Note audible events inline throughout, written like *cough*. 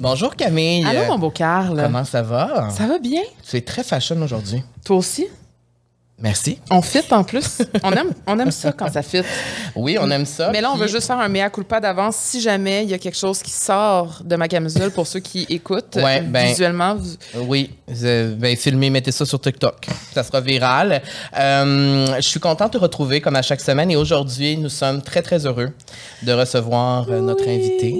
Bonjour Camille. Allô, mon beau Carl. Comment ça va? Ça va bien? Tu es très fashion aujourd'hui. Toi aussi? Merci. On fit en plus. *laughs* on, aime, on aime ça quand ça *laughs* fit. Oui, on aime ça. Mais là, on puis- veut juste faire un mea culpa d'avance si jamais il y a quelque chose qui sort de ma camisole pour ceux qui écoutent. Ouais, Euh, ben- Visuellement, vous- Oui, euh, ben, filmez, mettez ça sur TikTok. Ça sera viral. Euh, je suis contente de te retrouver comme à chaque semaine et aujourd'hui, nous sommes très, très heureux de recevoir euh, notre invitée,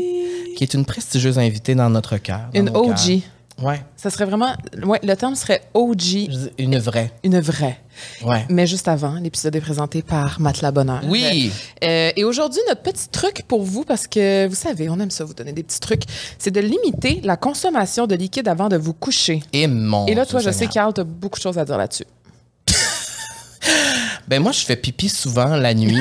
qui est une prestigieuse invitée dans notre cœur. dans une nos cœurs. OG. Ouais, Ça serait vraiment. Ouais, le terme serait je OG, dis une vraie. une vraie. Ouais. Mais juste avant, l'épisode est présenté par Matelas Bonheur. Oui. Euh, et aujourd'hui, notre petit truc pour vous, parce que vous savez, on aime ça vous donner des petits trucs, c'est de limiter la consommation de liquide avant de vous coucher. Et mon. Et là, toi, je Dieu sais, Seigneur. Carl, t'as beaucoup de choses à dire là-dessus. Ben moi, je fais pipi souvent la *laughs* nuit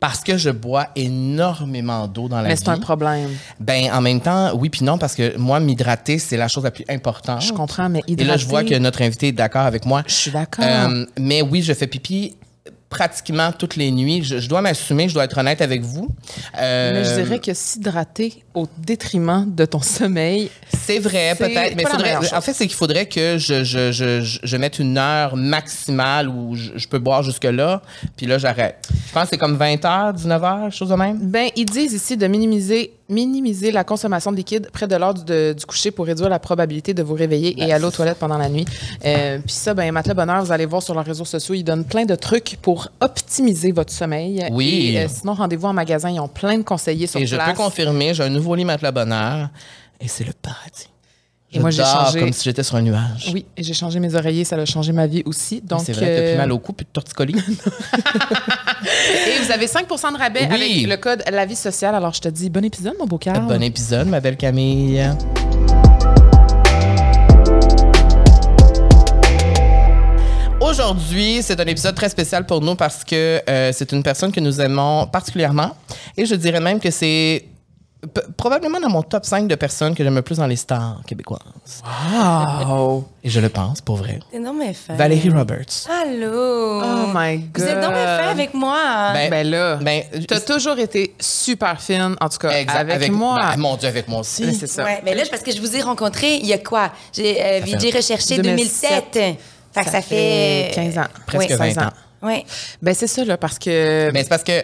parce que je bois énormément d'eau dans la Mais vie. c'est un problème. Ben en même temps, oui puis non parce que moi m'hydrater, c'est la chose la plus importante. Je comprends, mais Et hydrater... là, je vois que notre invité est d'accord avec moi. Je suis d'accord. Euh, mais oui, je fais pipi pratiquement toutes les nuits. Je, je dois m'assumer, je dois être honnête avec vous. Euh, mais je dirais que s'hydrater au détriment de ton sommeil, C'est vrai, C'est peut-être. Mais pas la faudrait- meilleure chose. en fait, c'est qu'il faudrait que je, je, je, je- je mette une heure maximale où je, je peux boire jusque-là, puis là, j'arrête. Je pense que c'est comme 20 heures, 19 heures, chose de même. ben ils disent ici de minimiser, minimiser la consommation de liquide près de l'heure du, de- du coucher pour réduire la probabilité de vous réveiller Ben, et aller aux toilettes pendant la nuit. Euh, Puis ça, ben Matelas Bonheur, vous allez voir sur leurs réseaux sociaux, ils donnent plein de trucs pour optimiser votre sommeil. Oui. Et, euh, sinon, rendez-vous en magasin, ils ont plein de conseillers sur Et je place. peux confirmer, j'ai un nouveau lit matelas bonheur, et c'est le paradis. Et moi, j'ai dors changé- comme si j'étais sur un nuage. Oui, et j'ai changé mes oreillers, ça a changé ma vie aussi. Donc, C'est vrai, t'as euh, plus mal au cou, plus de torticolis. Et vous avez 5 de rabais Oui. avec le code La Vie Sociale. Alors, je te dis bon épisode, mon beau Carl. Bon épisode, ma belle Camille. Aujourd'hui, c'est un épisode très spécial pour nous parce que euh, c'est une personne que nous aimons particulièrement. Et je dirais même que c'est p- probablement dans mon top 5 de personnes que j'aime le plus dans les stars québécoises. Wow. Et je le pense, pour vrai. T'es dans mes fins. Valérie Euh, Roberts. Allô. Oh my God. Vous êtes dans mes fins avec moi. Ben, Ben là, Ben, t'as toujours été super fine, en tout cas, exact- avec, moi. ben, mon Dieu, avec moi aussi. Ben, c'est ça. Ouais, ben là, c'est parce que je vous ai rencontré il y a quoi? J'ai euh, fait- j'ai recherché 2007. 2007. Fait que ça, fait... 15 ans. Presque Oui. 20 ans. Ouais. Ben, c'est ça, là, parce que... Mais Ben, c'est parce *laughs* que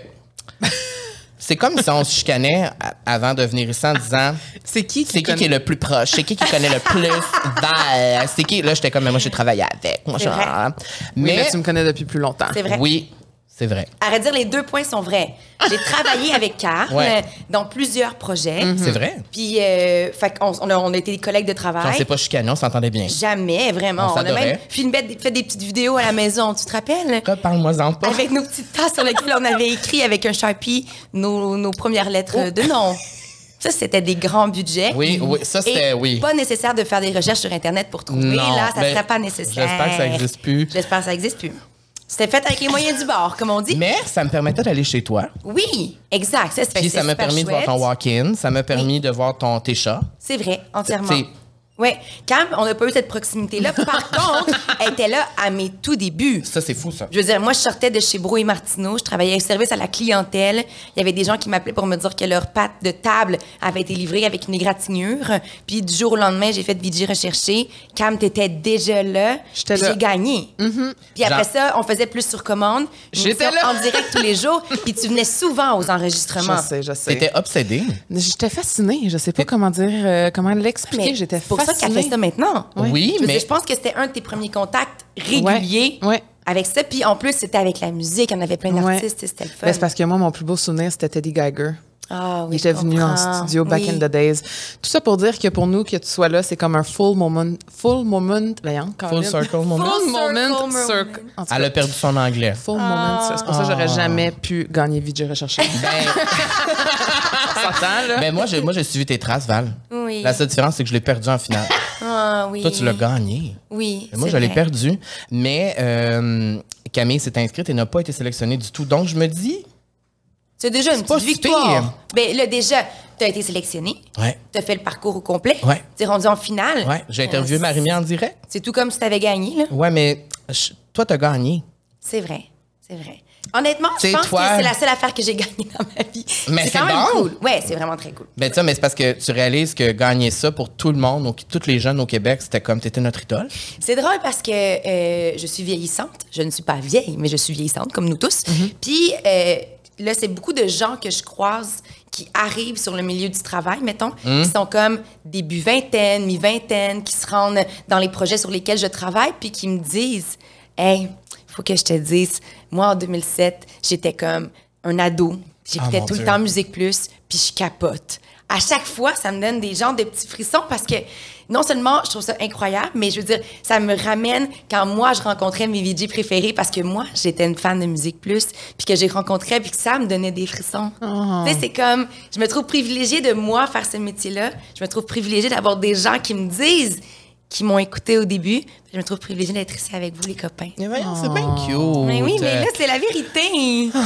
c'est comme si on se chicanait a- avant de venir ici en disant c'est qui c'est qui qui est le plus proche, c'est qui qui connaît le plus Val, c'est qui. Là, j'étais comme, mais moi, j'ai travaillé avec. Moi, C'est je- vrai. Mais... Mais, tu me connais depuis plus longtemps. C'est vrai. oui, c'est vrai. Arrête de dire, les deux points sont vrais. J'ai travaillé avec Carl Ouais. Mhm. euh, dans plusieurs projets. C'est vrai. Puis, euh, fait qu'on- on, a, on a été des collègues de On s'est travail. pas chicané, on s'entendait bien. Jamais, vraiment. On On, a s'adorait. même filmé, fait des petites vidéos à la maison, tu te rappelles? Comme, Parle-moi-en pas. Avec nos petites tasses sur lesquelles on avait écrit avec un Sharpie nos, nos premières lettres de nom. Ça, c'était des grands budgets. Oh. Oui, oui, ça, c'était- Et oui. Pas nécessaire de faire des recherches sur Internet pour trouver. Non, Là, ça ben, serait pas nécessaire. j'espère que ça existe plus. J'espère que ça existe plus. C'était fait avec les moyens du bord, comme on dit. Mais ça me permettait d'aller chez toi. Oui, exact. Ça, c'est Puis ça Ben, c'est m'a super permis de voir chouette. ton walk-in, ça m'a permis de voir ton tes chats. C'est vrai, entièrement. T'sais- Oui, Cam, on n'a pas eu cette *laughs* proximité-là. Par contre, elle était là à mes tout débuts. Ça, c'est fou, ça. Je veux dire, moi, je sortais de chez Brou et Martineau. Je travaillais au service à la clientèle. Il y avait des gens qui m'appelaient pour me dire que leur pâte de table avait été livrée avec une égratignure. Puis du jour au lendemain, j'ai fait VJ recherché. Cam, t'étais déjà là. J'étais Puis là. Mm-hmm. J'ai gagné. Puis après Genre- ça, on faisait plus sur commande. Une J'étais émission là. En direct tous *laughs* les jours. Puis tu venais souvent aux Je enregistrements. sais, je sais. T'étais obsédée. J'étais fascinée. Je sais pas comment dire, euh, comment l'expliquer. Mais J'étais c'est fascinée. pour ça qu'elle fait ça maintenant. Oui, Je veux mais- dire, je pense que c'était un de tes premiers contacts réguliers Ouais, ouais. avec ça. Puis en plus, c'était avec la musique. On avait plein Ouais. d'artistes. C'était le fun. Ben, c'est parce que moi, mon plus beau souvenir, c'était Teddy Geiger. Ah oui, Il était je venu en comprends. studio back Oui. in the days. Tout ça pour dire que pour nous, que tu sois là, c'est comme un full moment. Full moment. voyons, Caroline. Full circle moment. Full Full moment. circle circle. moment. Ah. En tout cas, Elle a perdu son *laughs* anglais. Full moment. Ah. circle. C'est pour ça que j'aurais jamais pu gagner VJ *laughs* recherché. Ben, s'entend, là. Ben moi, j'ai, moi, j'ai suivi tes traces, Val. Oui. La seule différence, c'est que je l'ai perdu en finale. Ah oui. Toi, tu l'as gagné. Oui. Mais moi, c'est je l'ai vrai. perdu. Mais euh, Camille s'est inscrite et n'a pas été sélectionnée du tout. Donc, je me dis, C'est déjà une pas petite si pire. victoire. Ben là, déjà, tu as été sélectionné. ouais, Tu as fait le parcours au complet. Ouais. Tu es rendu en finale. ouais, j'ai interviewé Euh, Marimé en direct. C'est tout comme si tu avais gagné, là. Ouais, mais je- toi, t'as gagné. C'est vrai. C'est vrai. Honnêtement, je T'sais, pense toi- que c'est la seule affaire que j'ai gagnée dans ma vie. Mais c'est quand c'est même bon. cool. Ouais, c'est vraiment très cool. Ben, ça, mais c'est parce que tu réalises que gagner ça pour tout le monde, donc tous les jeunes au Québec, c'était comme t'étais notre idole. C'est drôle parce que euh, je suis vieillissante. Je ne suis pas vieille, mais je suis vieillissante, comme nous tous. Mhm. Puis euh, là, c'est beaucoup de gens que je croise qui arrivent sur le milieu du travail, mettons, Mhm. qui sont comme début vingtaine, mi-vingtaine, qui se rendent dans les projets sur lesquels je travaille, puis qui me disent Hey, faut que je te dise, moi, en 2007, j'étais comme un ado. J'écoutais Ah, mon tout le Dieu. temps Musique Plus, puis je capote. À chaque fois, ça me donne des genres de petits frissons parce que non seulement je trouve ça incroyable, mais je veux dire, ça me ramène quand moi je rencontrais mes VJ préférés parce que moi, j'étais une fan de Musique Plus, puis que j'ai rencontré, puis que ça me donnait des frissons. Tu sais, c'est comme, je me trouve privilégiée de moi faire ce métier-là. Je me trouve privilégiée d'avoir des gens qui me disent qui m'ont écouté au début. Je me trouve privilégiée d'être ici avec vous, les copains. Mais voyons, c'est bien cute. Mais Oh. Ben oui, mais là, c'est la vérité. *laughs*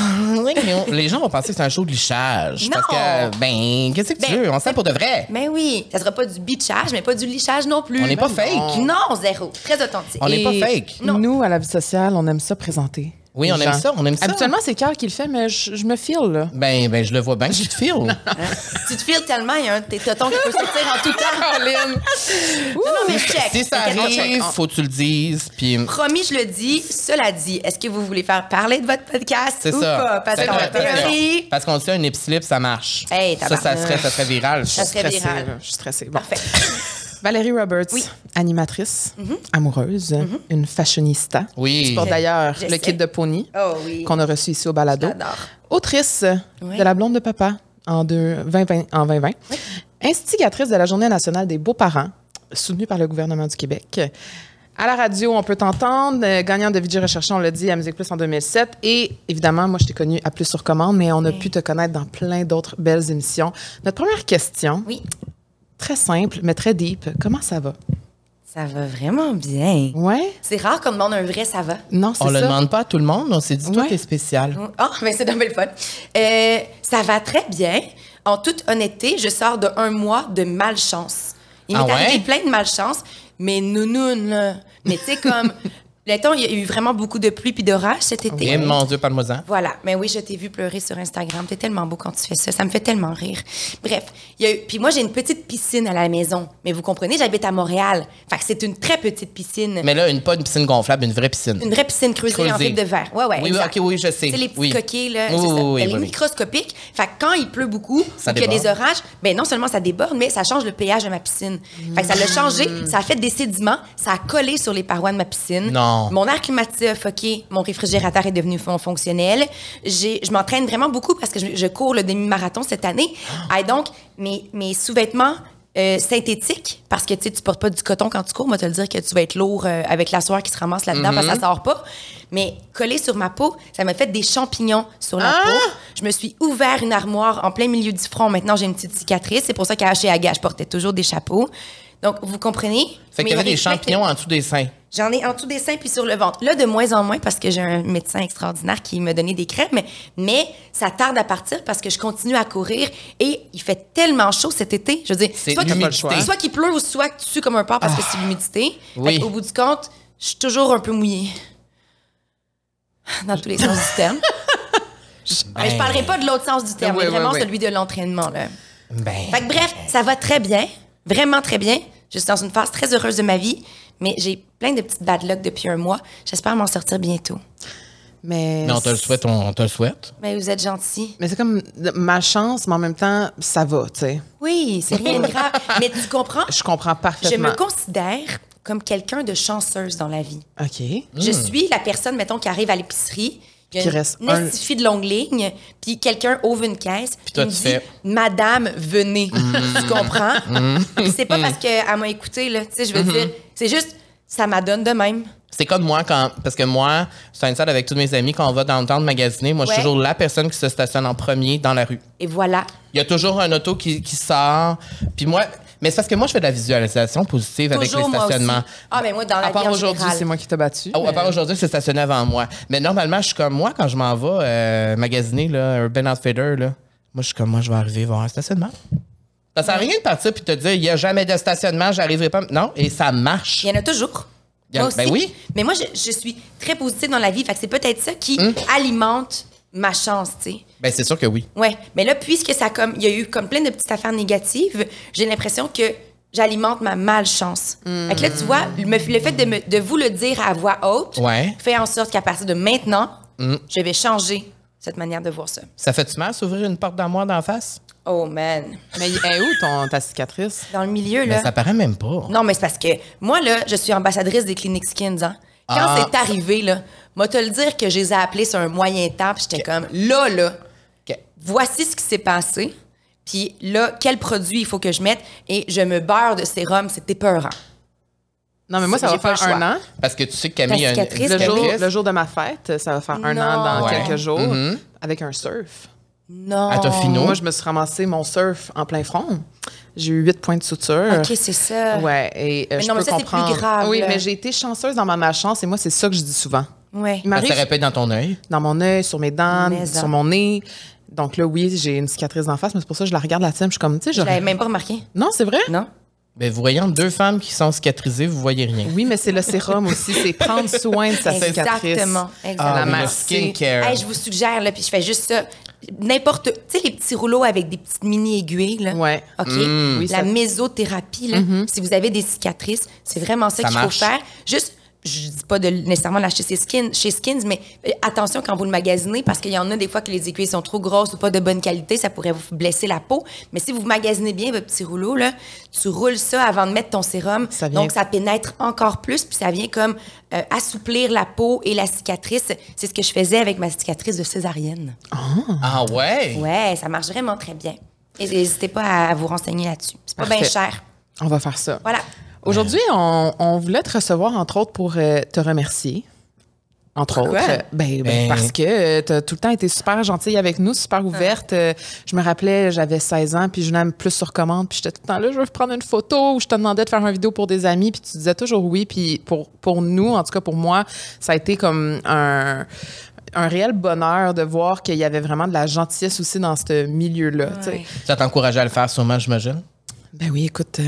Oui, mais on- les gens vont penser que c'est un show de lichage. Parce Non. que, ben, qu'est-ce que tu Ben, veux? On sait pour de vrai. Mais Ben oui, ça sera pas du bitchage, mais pas du lichage non plus. On n'est pas Ben fake. Non, Non, zéro. Très authentique. On n'est pas Et fake. Non. Nous, à la vie sociale, on aime ça présenter. Oui, on les aime gens. ça, on aime ça. Habituellement, c'est Carl qui le fait, mais je, je me file, là. Ben, ben, je le vois bien que tu te files. *laughs* Tu te files tellement, il y a un de tes totons qui peut sortir en tout temps. Non, non, mais check. si ça Check, check, check. arrive, faut que tu le dises. Puis, Promis, je le dis. Cela dit, est-ce que vous voulez faire parler de votre podcast c'est ou ça. pas? Parce T'as qu'en raison, t'as raison. théorie, Parce qu'on sait, un ipsilip, ça marche. Hey, ça, ça tabarnak. serait, ça serait viral. Ça serait stressée, viral. là. Je suis stressée. Bon. Parfait. *laughs* Valérie Roberts, Oui. Mm-hmm. animatrice, amoureuse, une fashionista. Oui. Tu portes d'ailleurs Je le sais. kit de pony Oh oui. qu'on a reçu ici au balado. J'adore. Autrice Oui. de La blonde de papa en, deux- 2020, en 2020. Instigatrice de la Journée nationale des beaux-parents, soutenue par le gouvernement du Québec. À la radio, on peut t'entendre. euh, Gagnante de VJ Recherchant, on l'a dit, à Musique Plus en 2007. Et évidemment, moi, je t'ai connue à Plus sur commande, mais on a pu te connaître dans plein d'autres belles émissions. Notre première question, Oui, très simple, mais très deep. Comment ça va? ça va vraiment bien. Ouais? C'est rare qu'on demande un vrai ça va. Non, c'est On ça? le demande pas à tout le monde, mais on s'est dit, toi, Ouais. t'es spécial. Ah, *laughs* mais c'est d'un bel fun. Euh, ça va très bien. En toute honnêteté, je sors de un mois de malchance. Il m'est Ah ouais? arrivé plein de malchance, mais nounoun, là. Mais tu sais, *laughs* comme, le temps, il y a eu vraiment beaucoup de pluie puis d'orage cet été. Et Eh, mon Dieu, parle-moi-en. Voilà. Mais oui, je t'ai vu pleurer sur Instagram. T'es tellement beau quand tu fais ça. Ça me fait tellement rire. Bref. il y a eu- Puis moi, j'ai une petite piscine à la maison. Mais vous comprenez, j'habite à Montréal. Fait que c'est une très petite piscine. Mais là, une, pas une piscine gonflable, une vraie piscine. Une vraie piscine creusée, en Creusée. fibre de verre. Ouais, ouais. Oui, oui, exact. ok, oui, je sais. C'est les petits Oui. coquets, là. Oui, c'est ça. oui, oui, Elle oui, est oui. microscopique. Fait que quand il pleut beaucoup, Ça ou qu'il y a des déborde. orages, ben non seulement ça déborde, mais ça change le péage de ma piscine. Fait que ça l'a changé, Mm. ça a fait des sédiments, ça a collé sur les parois de ma piscine. Non. Mon air climatisé a foqué, mon réfrigérateur est devenu fon- fonctionnel. J'ai, je m'entraîne vraiment beaucoup parce que je, je cours le demi-marathon cette année. Ah. Et donc, mes, mes sous-vêtements euh, synthétiques, parce que tu sais, tu portes pas du coton quand tu cours, on va te le dire que tu vas être lourd euh, avec la soie qui se ramasse là-dedans parce Mm-hmm. que ça sort pas. Mais collé sur ma peau, ça m'a fait des champignons sur la peau. Ah! Je me suis ouvert une armoire en plein milieu du front. Maintenant, j'ai une petite cicatrice. C'est pour ça qu'à chez Aga, je portais toujours des chapeaux. Donc, vous comprenez? Fait Mes qu'il y avait des réflexes- champignons en dessous des seins. J'en ai en tout des seins puis sur le ventre. Là, de moins en moins parce que j'ai un médecin extraordinaire qui me donnait des crèmes, mais, mais ça tarde à partir parce que je continue à courir et il fait tellement chaud cet été. Je veux dire, C'est soit qu'il- l'humidité. Ah. soit qu'il pleut ou soit que tu sues comme un porc parce que c'est l'humidité. Oui. Au bout du compte, je suis toujours un peu mouillée. Dans tous les sens *laughs* du terme. Mais je parlerai pas de l'autre sens du terme, Ouais, mais ouais, vraiment ouais. celui de l'entraînement. là. Ben. Fait que bref, ça va très bien, vraiment très bien. Je suis dans une phase très heureuse de ma vie, mais j'ai plein de petites bad luck depuis un mois. J'espère m'en sortir bientôt. Mais, Mais on te le souhaite, on, on te le souhaite. Mais vous êtes gentils. Mais c'est comme de- ma chance, mais en même temps, ça va, tu sais. Oui, c'est rien de grave. Mais tu comprends, Je comprends je parfaitement. me considère comme quelqu'un de chanceuse dans la vie. OK. Je suis la personne, mettons, qui arrive à l'épicerie. Il y Qui a reste une un- estifie de longue ligne, puis quelqu'un ouvre une caisse, puis toi, me tu dit fais- Madame, venez. Tu comprends? Puis c'est pas parce qu'elle m'a écouté, là. Tu sais, je veux dire, c'est juste, ça m'adonne de même. C'est comme moi quand. Parce que moi, c'est une salle avec tous mes amis, quand on va dans le temps de magasiner, moi, je suis Ouais. toujours la personne qui se stationne en premier dans la rue. Et voilà. Il y a toujours un auto qui, qui sort. Puis moi. Mais c'est parce que moi, je fais de la visualisation positive Toujours, avec les moi aussi. stationnements. Ah, mais moi, dans la À part vie en aujourd'hui, général. C'est moi qui t'ai battu. Oh, à part aujourd'hui, c'est stationné avant moi. Mais normalement, je suis comme moi quand je m'en vais euh, magasiner, là, Urban Outfitter, là. Moi, je suis comme moi, je vais arriver voir un stationnement. Ça sert à rien de partir puis te dire, il n'y a jamais de stationnement, j'arriverai pas. Non, et ça marche. Il y en a toujours. Moi Yann- aussi. ben oui. Mais moi, je, je suis très positive dans la vie. Fait que c'est peut-être ça qui Hum. alimente ma chance, tu sais. Ben, c'est sûr que oui. Ouais, mais là, puisque ça a comme, il y a eu comme plein de petites affaires négatives, j'ai l'impression que j'alimente ma malchance. Fait que là, tu vois, le, le fait de, me- de vous le dire à voix haute Ouais. Hum. fait en sorte qu'à partir de maintenant, je vais changer cette manière de voir ça. Ça fait-tu mal s'ouvrir une porte d'amour d'en face? Oh man, Mais il- elle est où ton, ta cicatrice? dans le milieu là. Ben, ça paraît même pas. Non, mais c'est parce que moi là, je suis ambassadrice des cliniques skins. Hein. Quand Ah. c'est arrivé là, moi te le dire que je les ai appelés sur un moyen temps, puis j'étais comme là là. Ok. voici ce qui s'est passé, puis là, quel produit il faut que je mette, et je me beurre de sérum, c'est épeurant. Non, mais moi, ça J'ai va pas faire le choix. un an. Parce que tu sais que Camille a une cicatrice, Le Cicatrice. jour, le jour de ma fête, ça va faire un an dans Non. Ouais. Mm-hmm. quelques jours, avec un surf. Non. Ah, À ta fino. Moi, je me suis ramassé mon surf en plein front. J'ai eu huit points de suture. OK, c'est ça. Ouais, et euh, Mais je non, mais peux ça, c'est plus comprendre. grave, oui, là. mais j'ai été chanceuse dans ma malchance et moi, c'est ça que je dis souvent. Ouais. Il Ça se m'arrive répète dans ton œil. dans mon œil, sur mes dents, Mais sur en- mon nez. Donc là, oui, j'ai une cicatrice d'en face, mais c'est pour ça que je la regarde la tienne. Je suis comme, tu sais, Je l'avais j'aurais- même pas remarqué. Non, c'est vrai? Non? Ben, vous voyant deux femmes qui sont cicatrisées, vous voyez rien. Oui, mais c'est le sérum aussi. C'est prendre soin de sa cicatrice. Exactement. Ah, Exactement. la oui, le marque. skincare. Hey, je vous suggère, là, puis je fais juste ça. N'importe. Tu sais, les petits rouleaux avec des petites mini-aiguilles, là. Ouais. OK. Mm. Oui, La ça- mésothérapie, là, si vous avez des cicatrices, c'est vraiment Mm-hmm. ça, Ça qu'il faut marche. faire. Hein? Juste, je dis pas de nécessairement l'acheter chez Skins, chez Skins, mais euh, attention quand vous le magasinez, parce qu'il y en a des fois que les aiguilles sont trop grosses ou pas de bonne qualité, ça pourrait vous blesser la peau. Mais si vous magasinez bien votre petit rouleau, là, tu roules ça avant de mettre ton sérum. Ça vient- Donc, ça pénètre encore plus, puis ça vient comme euh, assouplir la peau et la cicatrice. C'est ce que je faisais avec ma cicatrice de césarienne. Ah ouais? Ouais, ça marche vraiment très bien. Et n'hésitez pas à vous renseigner là-dessus. C'est pas bien Parfait. cher. On va faire ça. Voilà. Aujourd'hui, on, on voulait te recevoir, entre autres, pour euh, te remercier. Entre Pourquoi? autres. Euh, Ben, ben, Ben- Parce que tu as tout le temps été super gentille avec nous, super ouverte. Euh, je me rappelais, j'avais 16 ans, puis je n'aime plus sur commande, puis j'étais tout le temps là, je veux prendre une photo, ou je te demandais de faire une vidéo pour des amis, puis tu disais toujours oui. Puis pour, pour nous, en tout cas pour moi, ça a été comme un un réel bonheur de voir qu'il y avait vraiment de la gentillesse aussi dans ce milieu-là. tu sais. Ouais. Ça t'encourageait à le faire sûrement, j'imagine. Ben oui, écoute, euh,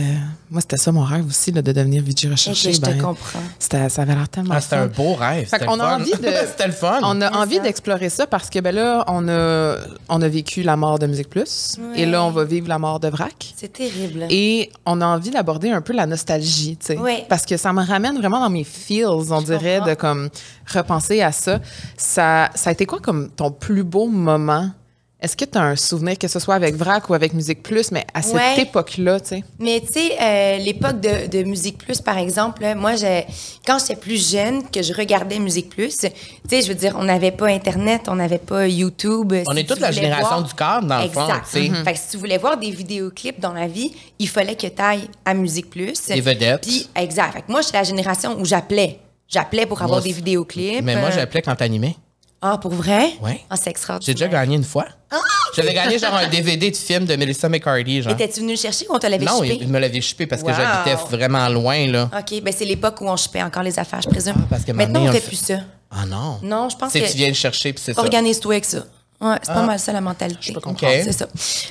moi, c'était ça mon rêve aussi, là, de devenir VJ recherché. Ok, je te Ben, comprends. c'était- ça avait l'air tellement Ah, c'était un fun. hein. beau rêve. Fait c'était qu'on le a fun. envie de- *laughs* c'était le fun. On a envie ça. d'explorer ça parce que ben là, on a, on a vécu la mort de Musique Plus Ouais. et là, on va vivre la mort de Vrac. C'est terrible. Et on a envie d'aborder un peu la nostalgie, tu sais. Ouais. Parce que ça me ramène vraiment dans mes feels, on dirait, comprends. de comme repenser à ça. ça. Ça a été quoi comme ton plus beau moment? Est-ce que tu as un souvenir, que ce soit avec Vrac ou avec Musique Plus, mais à cette Ouais. époque-là, tu sais? Mais tu sais, euh, l'époque de, de Musique Plus, par exemple, là, moi, j'ai- quand j'étais plus jeune, que je regardais Musique Plus, tu sais, je veux dire, on n'avait pas Internet, on n'avait pas YouTube. euh, On Si est toute tu la voulais génération voir- du cadre, dans le fond, Exact. Mm-hmm. tu sais. Fait que si tu voulais voir des vidéoclips dans la vie, il fallait que tu ailles à Musique Plus. Des vedettes. Puis, exact. Fait que moi, j'étais la génération où j'appelais. J'appelais pour avoir Moi, des vidéoclips. Mais moi, euh, j'appelais quand t'animais. Ah, pour vrai? Ouais. Ah, c'est extraordinaire. J'ai déjà gagné une fois. Ah! J'avais gagné genre un DVD de film de Melissa McCarthy, genre. Étais-tu venu le chercher ou on te l'avait Non, chipé? il me l'avait chipé parce que Wow. j'habitais vraiment loin, là. OK, ben c'est l'époque où on chipait encore les affaires, je présume. Ah, parce que Maintenant, maintenant, on on fait le plus ça. Ah non. Non, je pense C'est que- tu viens le chercher, puis c'est ça. Ah. Organise-toi avec ça. Ouais, c'est pas mal ça, la mentalité. Je peux comprendre. C'est ça.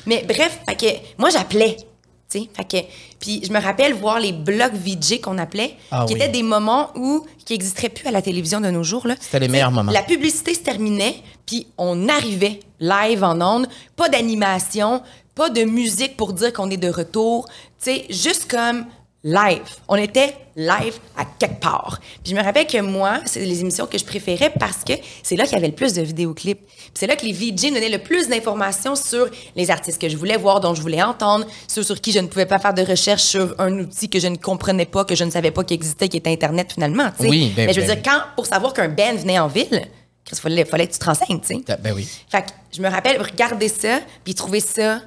Mais bref, fait que moi, j'appelais. tu sais, Fait que, puis je me rappelle voir les blocs VJ qu'on appelait, Ah qui oui. étaient des moments où, qui n'existeraient plus à la télévision de nos jours. là. C'était les Tu sais, meilleurs moments. La publicité se terminait, puis on arrivait live en ondes. Pas d'animation, pas de musique pour dire qu'on est de retour. Tu sais, juste comme live. On était live à quelque part. Puis je me rappelle que moi, c'est les émissions que je préférais parce que c'est là qu'il y avait le plus de vidéoclips. Puis c'est là que les VJ me donnaient le plus d'informations sur les artistes que je voulais voir, dont je voulais entendre, ceux sur qui je ne pouvais pas faire de recherche sur un outil que je ne comprenais pas, que je ne savais pas qui existait, qui était Internet finalement. tu sais. Oui, ben, Mais je veux ben dire, quand, pour savoir qu'un band venait en ville, il fallait, fallait que tu te renseignes, tu sais. Ben oui. Fait que je me rappelle regarder ça, puis trouver ça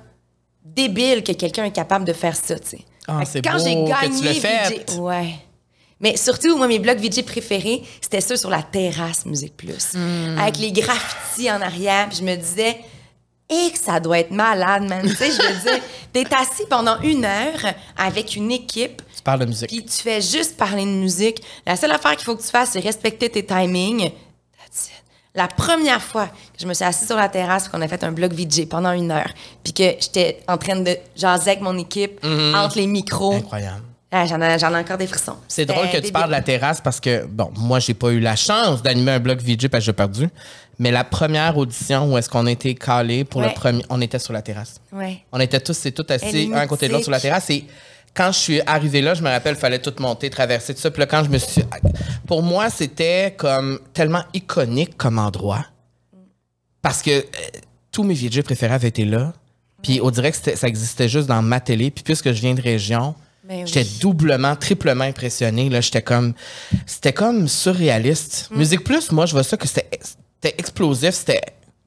débile que quelqu'un est capable de faire ça, tu sais. Ah, Fait que c'est quand beau j'ai que gagné tu l'as fait. VJ ouais. Mais surtout, moi, mes blogs VJ préférés, c'était ceux sur la terrasse Musique Plus. Hmm. Avec les graffitis en arrière, puis je me disais, et que ça doit être malade, man. tu sais, je veux dire, *laughs* t'es assis pendant une heure avec une équipe Tu parles de musique. puis tu fais juste parler de musique. La seule affaire qu'il faut que tu fasses, c'est respecter tes timings. That's it. La première fois que je me suis assise sur la terrasse, qu'on a fait un bloc VJ pendant une heure, puis que j'étais en train de jaser avec mon équipe entre les micros. Mm-hmm. Incroyable. Ah, Ah, J'en ai, j'en ai encore des frissons. C'est drôle que C'était tu parles de la terrasse parce que, bon, moi, j'ai pas eu la chance d'animer un bloc VJ parce que j'ai perdu. Mais la première audition où est-ce qu'on était calé pour le Ouais. premier, on était sur la terrasse. Ouais. On était tous et toutes assis Elle est un à côté de l'autre mythique. sur la terrasse. Et quand je suis arrivé là, je me rappelle, fallait tout monter, traverser tout ça. Puis là, quand je me suis. Pour moi, c'était comme tellement iconique comme endroit. Parce que euh, tous mes VJ préférés avaient été là. Puis on dirait que c'était- ça existait juste dans ma télé. Puis puisque je viens de région, Ben oui. j'étais doublement, triplement impressionné. Là, j'étais comme, c'était comme surréaliste. Mm. Musique Plus, moi, je vois ça que c'était, c'était explosif, c'était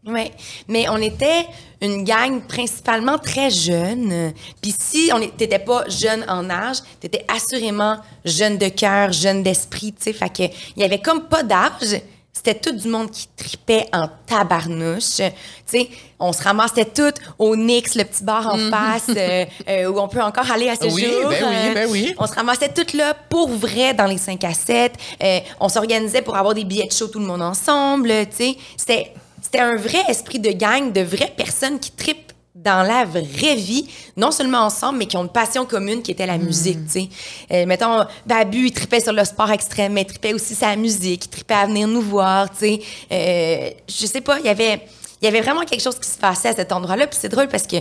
Oui, mais on était une gang principalement très jeune. Puis si on n'était pas jeune en âge, t'étais assurément jeune de cœur, jeune d'esprit, tu sais. Fait que il y avait comme pas d'âge. C'était tout du monde qui tripait en tabarnouche. Tu sais, on se ramassait toutes au Nix, le petit bar en face, *laughs* euh, euh, où on peut encore aller à ce Mm. Oui, ben jour. oui, Euh, ben oui. on se ramassait toutes là pour vrai dans les 5 à 7. Euh, on s'organisait pour avoir des billets de show tout le monde ensemble. tu sais. C'était, c'était un vrai esprit de gang, de vraies personnes qui tripent dans la vraie vie, non seulement ensemble, mais qui ont une passion commune qui était la musique. tu sais. Euh, mettons, Babu, il tripait sur le sport extrême, mais il tripait aussi sa musique, il tripait à venir nous voir. tu sais. Euh, je sais pas, il y avait il y avait vraiment quelque chose qui se passait à cet endroit-là. Puis c'est drôle parce que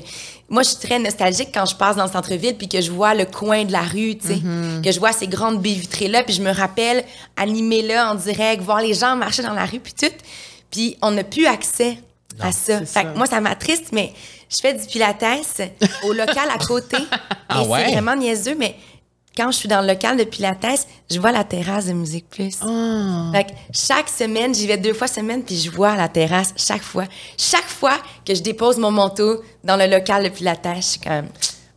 moi, je suis très nostalgique quand je passe dans le centre-ville puis que je vois le coin de la rue, tu sais, Mm-hmm. que je vois ces grandes baies vitrées-là. Puis je me rappelle animer là en direct, voir les gens marcher dans la rue puis tout. Puis on n'a plus accès à ça. Fait ça. que moi, ça m'attriste, mais je fais du pilates au local à côté. *laughs* Ah et ouais? c'est vraiment niaiseux, mais quand je suis dans le local de pilates, je vois la terrasse de Musique Plus. Ah, Hmm. Fait que chaque semaine, j'y vais deux fois semaine, puis je vois la terrasse chaque fois. Chaque fois que je dépose mon manteau dans le local depuis la tâche, je suis comme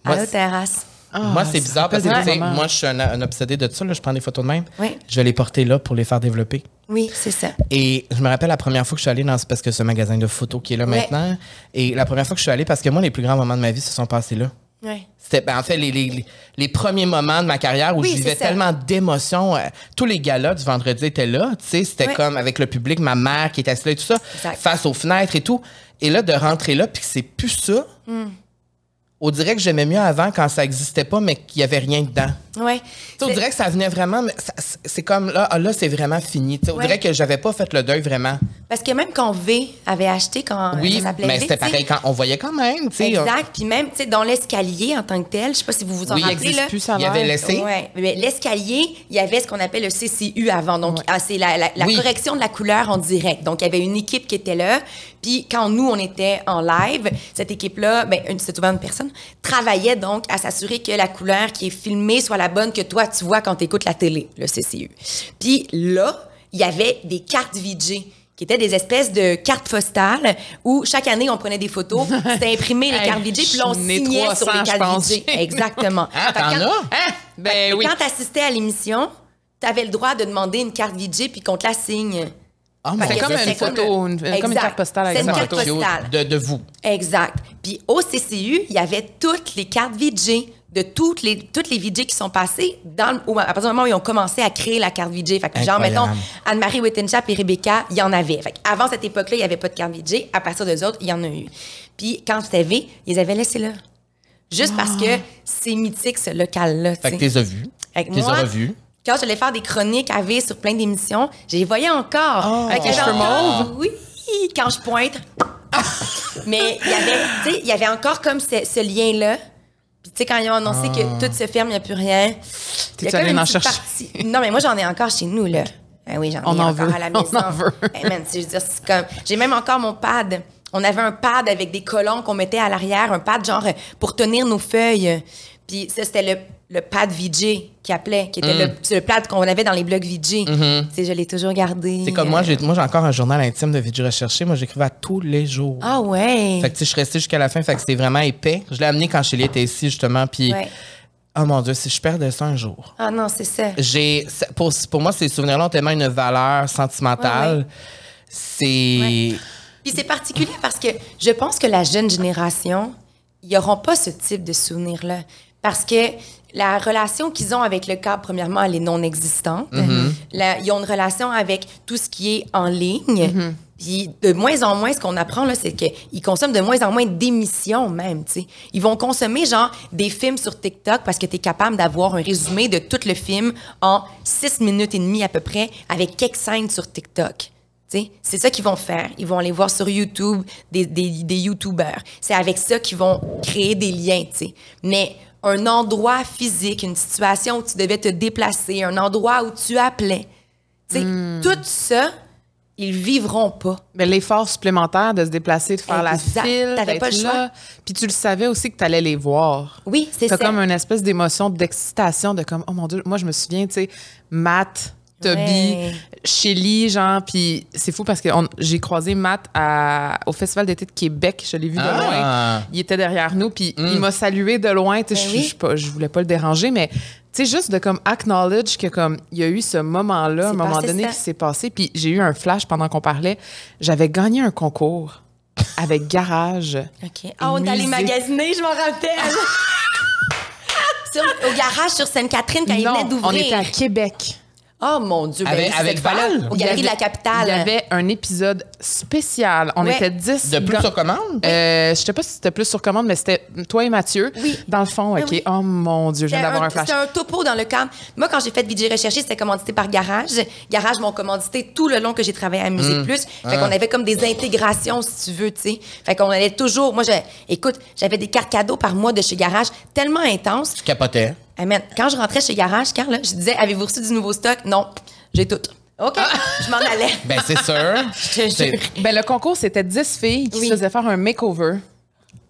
Moi, Allô, c'est- terrasse. moi, c'est Ah, ça bizarre parce que rappelle tu sais, des moments. moi, je suis un, un obsédé de ça. Là, je prends des photos de même. Oui. Je vais les porter là pour les faire développer. Oui, c'est ça. Et je me rappelle la première fois que je suis allée dans ce, parce que ce magasin de photos qui est là Ouais. maintenant. Et la première fois que je suis allée, parce que moi, les plus grands moments de ma vie se sont passés là. Ouais. C'était ben, en fait les, les- les- les premiers moments de ma carrière où Oui, je vivais c'est ça. tellement d'émotions. euh, Tous les galas du vendredi étaient là, tu sais, c'était Ouais. comme avec le public, ma mère qui était assise là et tout ça, Exact. face aux fenêtres et tout. Et là, de rentrer là, puis que c'est plus ça, Mm. on dirait que j'aimais mieux avant quand ça existait pas, mais qu'il y avait rien dedans. Ouais. Tu sais, on dirait que ça venait vraiment, mais ça- c'est- c'est comme là, ah, là c'est vraiment fini. Tu sais, on Ouais. dirait que j'avais pas fait le deuil vraiment. Parce que même quand V avait acheté, quand euh, Oui, ça s'appelait mais V, c'était tu sais, pareil quand on voyait quand même, tu sais. euh, Exact. Puis même, tu sais, dans l'escalier en tant que tel, je sais pas si vous vous en Oui, il rappelez, existe là. plus, ça a Il y avait l'air. laissé. Ouais, mais l'escalier, il y avait ce qu'on appelle le CCU avant. Donc, ah, c'est la, la- la Oui. correction de la couleur en direct. Donc, il y avait une équipe qui était là. Puis, quand nous, on était en live, cette équipe-là, ben, une- c'est souvent une personne, travaillait donc à s'assurer que la couleur qui est filmée soit la bonne que toi, tu vois quand tu écoutes la télé, le CCU. Puis là, il y avait des cartes VJ qui étaient des espèces de cartes postales où chaque année, on prenait des photos, c'était imprimé les *laughs* Hey, cartes VJ, puis là, on j'en ai signait sur 300, les je cartes pense. VJ. Exactement. Ah, Fait que t'en quand- as? Hein? Ben et oui. quand t'assistais à l'émission, t'avais le droit de demander une carte VJ puis qu'on te la signe. Ah, Fait mon que Dieu, comme c'était une photo, le- une- comme une Exact. carte postale avec C'est une une Vraiment carte photo. cute postale. De, de vous. Exact. Puis au CCU, il y avait toutes les cartes VJ de toutes les toutes les VJ qui sont passées dans le- au- à partir du moment où ils ont commencé à créer la carte VJ. Fait que genre mettons Incroyable. Anne-Marie Wittenchap et Rebecca, il y en avait. Fait que avant cette époque-là, il y avait pas de carte VJ. À partir des autres, il y en a eu. Puis quand c'était V, ils les avaient laissé là. Juste parce Ah. que c'est mythique ce local-là. Fait tu que sais. t'es as vus. Fait que T'es moi, as revus. Quand j'allais faire des chroniques à V sur plein d'émissions, je les voyais encore. Oh. Fait que Les cheveux j'entends, Oui, quand je pointe. Mais il y avait, tu sais, il y avait encore comme ce, ce lien-là. Puis tu sais, quand ils ont annoncé que tout se ferme, il n'y a plus rien. il y a T'es-tu Ah. allée en petite chercher? partie- Non, mais moi, j'en ai encore chez nous, là. Ben oui, j'en ai On en encore veut. à la *laughs* On maison. en veut. Ben, man, tu sais, je veux dire, c'est comme... J'ai même encore mon pad. On avait un pad avec des colons qu'on mettait à l'arrière, un pad genre euh, pour tenir nos feuilles. Puis ça, c'était le, le pad VJ qui appelait, qui était Mm. le, c'est le pad qu'on avait dans les blogs VJ. Tu sais, je l'ai toujours gardé. Mm-hmm. C'est comme moi, j'ai moi j'ai encore un journal intime de vie du recherché. Moi, j'écrivais à tous les jours. Ah ouais! Fait que tu sais, je suis restée jusqu'à la fin. Fait que c'est vraiment épais. Je l'ai amené quand Chélie était ici, justement. Puis, Ouais. oh mon Dieu, si je perdais ça un jour. Ah non, c'est ça. j'ai c'est- pour, pour moi ces souvenirs-là ont tellement une valeur sentimentale. Ouais, C'est Puis c'est particulier parce que je pense que la jeune génération, ils n'auront pas ce type de souvenirs-là. Parce que la relation qu'ils ont avec le câble, premièrement, elle est non existante. La- ils ont une relation avec tout ce qui est en ligne. Puis de moins en moins, ce qu'on apprend, là, c'est qu'ils consomment de moins en moins d'émissions même. tu sais. Ils vont consommer genre des films sur TikTok parce que tu es capable d'avoir un résumé de tout le film en six minutes et demie à peu près avec quelques scènes sur TikTok. Tu sais, C'est ça qu'ils vont faire. Ils vont aller voir sur YouTube des, des, des YouTubers. C'est avec ça qu'ils vont créer des liens. tu sais. Mais un endroit physique, une situation où tu devais te déplacer, un endroit où tu appelais, tu sais, Hmm. tout ça, ils vivront pas. Mais l'effort supplémentaire de se déplacer, de faire Exact. la file, T'avais d'être pas le là. Puis tu le savais aussi que tu allais les voir. Oui, c'est T'as ça. comme une espèce d'émotion, d'excitation, de comme, oh mon Dieu, moi je me souviens, tu sais, Matt, Toby, Ouais. Shelly, genre, puis c'est fou parce que on- j'ai croisé Matt à- au Festival d'été de Québec, je l'ai vu de Ah. loin. Il était derrière nous, puis Hmm. il m'a salué de loin, tu sais, Ben je- oui. je suis pas- je voulais pas le déranger, mais tu sais, juste de comme acknowledge que comme il y a eu ce moment-là, à un C'est moment passé donné, ça. qui s'est passé, puis j'ai eu un flash pendant qu'on parlait, j'avais gagné un concours avec Garage. OK. Ah, on est allé Musique. magasiner, je *laughs* m'en rappelle. Sur- au garage sur Sainte-Catherine quand il venait non, on d'ouvrir. était à Québec. Oh mon Dieu. ben Avec- oui, avec cette fois-là, Val? Au Il y Galerie de la avait- Capitale. Il y avait un épisode spécial. On Ouais. était 10. De plus gars- sur commande? Euh, je sais pas si c'était plus sur commande, mais c'était toi et Mathieu. Oui. Ah Dans le fond, OK. Oui, oui. Oh mon Dieu, je viens C'était d'avoir un- un flash. C'était un topo dans le cadre. Moi, quand j'ai fait VJ Recherché, c'était commandité par Garage. Garage m'ont commandité tout le long que j'ai travaillé à Musique Mm. Plus. Fait Hein. qu'on avait comme des intégrations, si tu veux, tu sais. Fait qu'on allait toujours. Moi, j'ai- écoute, j'avais des cartes cadeaux par mois de chez Garage tellement intenses. Je capotais. Amen. Quand je rentrais chez Garage, Carl, là, je disais Avez-vous reçu du nouveau stock Non, j'ai tout. OK, Ah! je m'en *laughs* allais. Ben, c'est sûr. *laughs* Je te C'est- jure. Ben, le concours, c'était 10 filles qui Oui. Ah, se faisaient faire un makeover.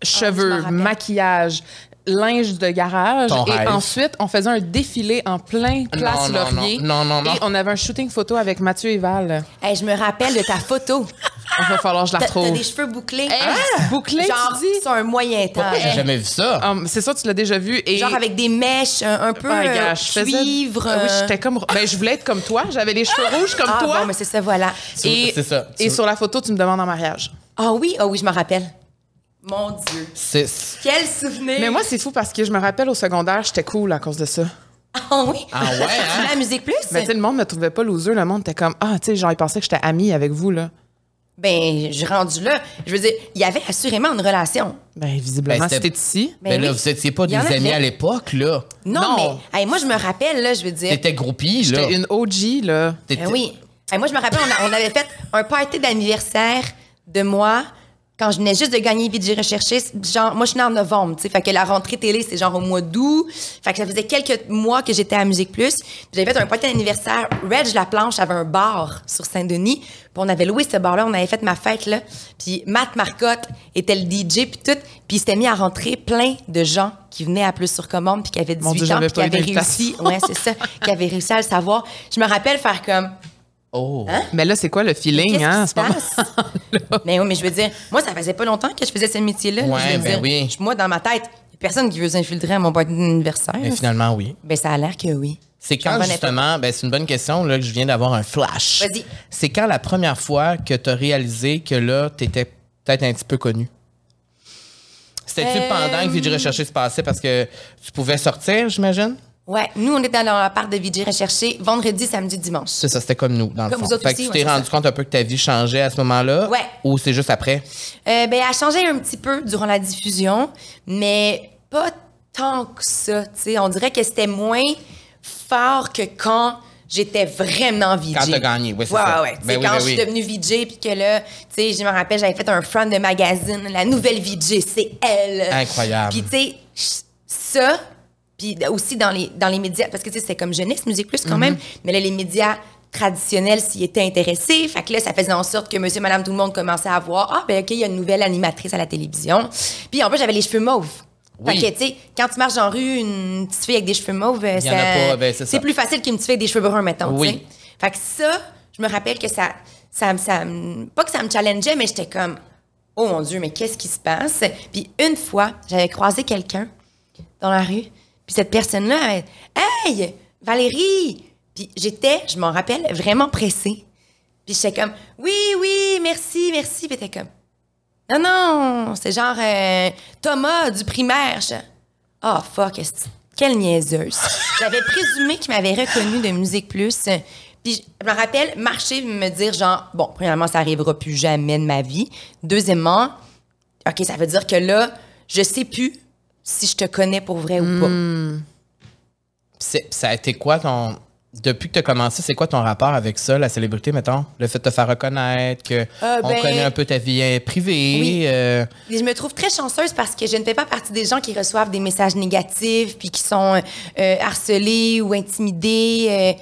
je Cheveux, m'en rappelle. maquillage, linge de garage. Ton et rêve. ensuite, on faisait un défilé en plein non, place non, Laurier. non, non, non. Et on avait un shooting photo avec Mathieu et Val. Hey, je me rappelle de ta photo. Il va falloir que je la T'as t'as retrouve. des cheveux bouclés. Ah! Bouclés, Genre, tu dis? sur un moyen temps. Pourquoi j'ai jamais vu ça? Ah. Hum, C'est ça, tu l'as déjà vu. Et Genre avec des mèches, un, un peu Oh my euh, gosh, je faisais- cuivre. Ah Oui, euh, j'étais comme. Ben, je voulais être comme toi. J'avais les cheveux rouges comme ah, toi. bon, mais c'est ça, voilà. et C'est ça. et Tu- sur la photo, tu me demandes en mariage. Ah oui, ah oui, je me rappelle. Mon Dieu. C'est... Quel souvenir. Mais moi, c'est fou parce que je me rappelle au secondaire, j'étais cool à cause de ça. Ah oui. Ah *laughs* ouais, hein? La musique plus. Mais tu sais, le monde me trouvait pas loser. Le monde était comme ah, tu sais, genre ils pensaient que j'étais amie avec vous là. Ben, j'ai rendu là. Je veux dire, il y avait assurément une relation. Ben visiblement, Ben, c'était- c'était ici. Mais Ben là, oui. vous étiez pas Il des y en a amis qui- à l'époque, là. Non, Non. mais hey, moi, je me rappelle, là, je veux dire. T'étais groupie, là. J'étais une OG là. T'étais- Ben oui. Hey, moi, je me rappelle, on, a- on avait fait un party d'anniversaire de moi quand je venais juste de gagner VJ Recherché. Genre, moi, je suis née en novembre, tu sais. Fait que la rentrée télé, c'est genre au mois d'août. Fait que ça faisait quelques mois que j'étais à Musique Plus. Puis J'avais fait un party d'anniversaire. Reg La Planche avait un bar sur Saint-Denis. Puis on avait loué ce bar-là. On avait fait ma fête, là. Puis Matt Marcotte était le DJ, puis tout. Puis il s'était mis à rentrer plein de gens qui venaient à Plus sur Commande, puis qui avaient 18 Mon Dieu, ans, j'avais puis qui pas eu avaient d'invitation. réussi. Ouais, c'est ça. qui avaient réussi à le savoir. Je me rappelle faire comme. Oh. Hein? Mais là, c'est quoi le feeling Qu'est-ce hein, à qui ce se moment? *laughs* passe? Mais oui, mais je veux dire, moi, ça faisait pas longtemps que je faisais ce métier-là. Ouais, je veux ben dire, oui. je- Moi, dans ma tête, y a personne qui veut s'infiltrer à mon party d'anniversaire. Mais finalement, oui. Ben, ça a l'air que oui. C'est J'en quand revenais pas. justement, ben c'est une bonne question là, que je viens d'avoir un flash. Vas-y. C'est quand la première fois que tu as réalisé que là, tu étais peut-être un petit peu connu? C'était-tu Euh, pendant que Vidéo Recherché se passait parce que tu pouvais sortir, j'imagine? Ouais, nous, on est dans la part de VJ recherché vendredi, samedi, dimanche. C'est ça, c'était comme nous, dans Comme le vous fond. autres Fait que aussi, tu ouais, t'es c'est rendu ça. compte un peu que ta vie changeait à ce moment-là? Ouais. Ou c'est juste après? Euh, ben, elle a changé un petit peu durant la diffusion, mais pas tant que ça. tu sais. on dirait que c'était moins fort que quand j'étais vraiment VJ. Quand t'as gagné, oui, c'est ouais, ça. Ouais, ouais. Tu Ben sais, oui, quand ben je suis oui. devenue VJ, puis que là, tu sais, je me rappelle, j'avais fait un front de magazine, la nouvelle VJ, c'est elle. Incroyable. Puis tu sais, ça, puis aussi dans les, dans les médias, parce que tu sais, c'était comme jeunesse, musique plus Mhm. quand même, mais là, les médias traditionnels s'y étaient intéressés. Fait que là, ça faisait en sorte que monsieur, madame, tout le monde commençait à voir, ah, ben OK, il y a une nouvelle animatrice à la télévision. Puis en plus, j'avais les cheveux mauves. Oui. Fait que, tu sais, quand tu marches en rue, une petite fille avec des cheveux mauves, euh, Il y ça- en a pas, ben, c'est ça. c'est plus facile qu'une petite fille avec des cheveux bruns, mettons. Oui. tu sais. Fait que ça, je me rappelle que ça, ça, me- ça me- pas que ça me challengeait, mais j'étais comme, oh mon Dieu, mais qu'est-ce qui se passe? Puis une fois, j'avais croisé quelqu'un dans la rue, puis cette personne-là, elle, hey, Valérie! Puis j'étais, je m'en rappelle, vraiment pressée. Puis j'étais comme, oui, oui, merci, merci. Puis t'es comme, non, non, c'est genre euh, Thomas du primaire. Je- Ah, fuck, esti, quelle niaiseuse. J'avais présumé qu'il m'avait reconnue de Musique Plus. euh, Puis je me rappelle marcher me dire, genre, bon, premièrement, ça arrivera plus jamais de ma vie. Deuxièmement, OK, ça veut dire que là, je sais plus si je te connais pour vrai ou pas. C'est- ça a été quoi ton. Depuis que tu as commencé, c'est quoi ton rapport avec ça, la célébrité, mettons? Le fait de te faire reconnaître, que Euh, on ben- connaît un peu ta vie euh, privée. Oui. euh, Et je me trouve très chanceuse parce que je ne fais pas partie des gens qui reçoivent des messages négatifs puis qui sont euh, euh, harcelés ou intimidés. euh,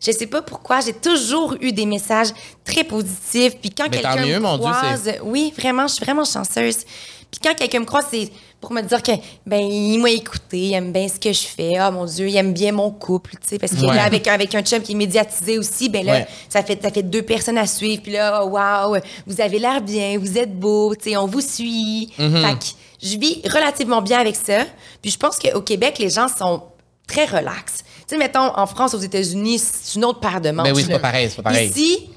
je sais pas pourquoi, j'ai toujours eu des messages très positifs. Puis quand Mais tant quelqu'un mieux, me mon Dieu, croise, oui, vraiment, je suis vraiment chanceuse. Puis quand quelqu'un me croise, c'est pour me dire que ben il m'a écouté, il aime bien ce que je fais. Ah mon Dieu, il aime bien mon couple, tu sais, parce que Ouais. là avec avec un chum qui est médiatisé aussi, ben là Ouais. ça fait, ça fait deux personnes à suivre. Puis là, oh, wow, vous avez l'air bien, vous êtes beau, tu sais, on vous suit. Mhm. Fait que je vis relativement bien avec ça. Puis je pense qu'au Québec, les gens sont très relax. Tu sais, mettons, en France, aux États-Unis, c'est une autre paire de manches. Ben oui, c'est là. pas pareil, c'est pas pareil. Ici,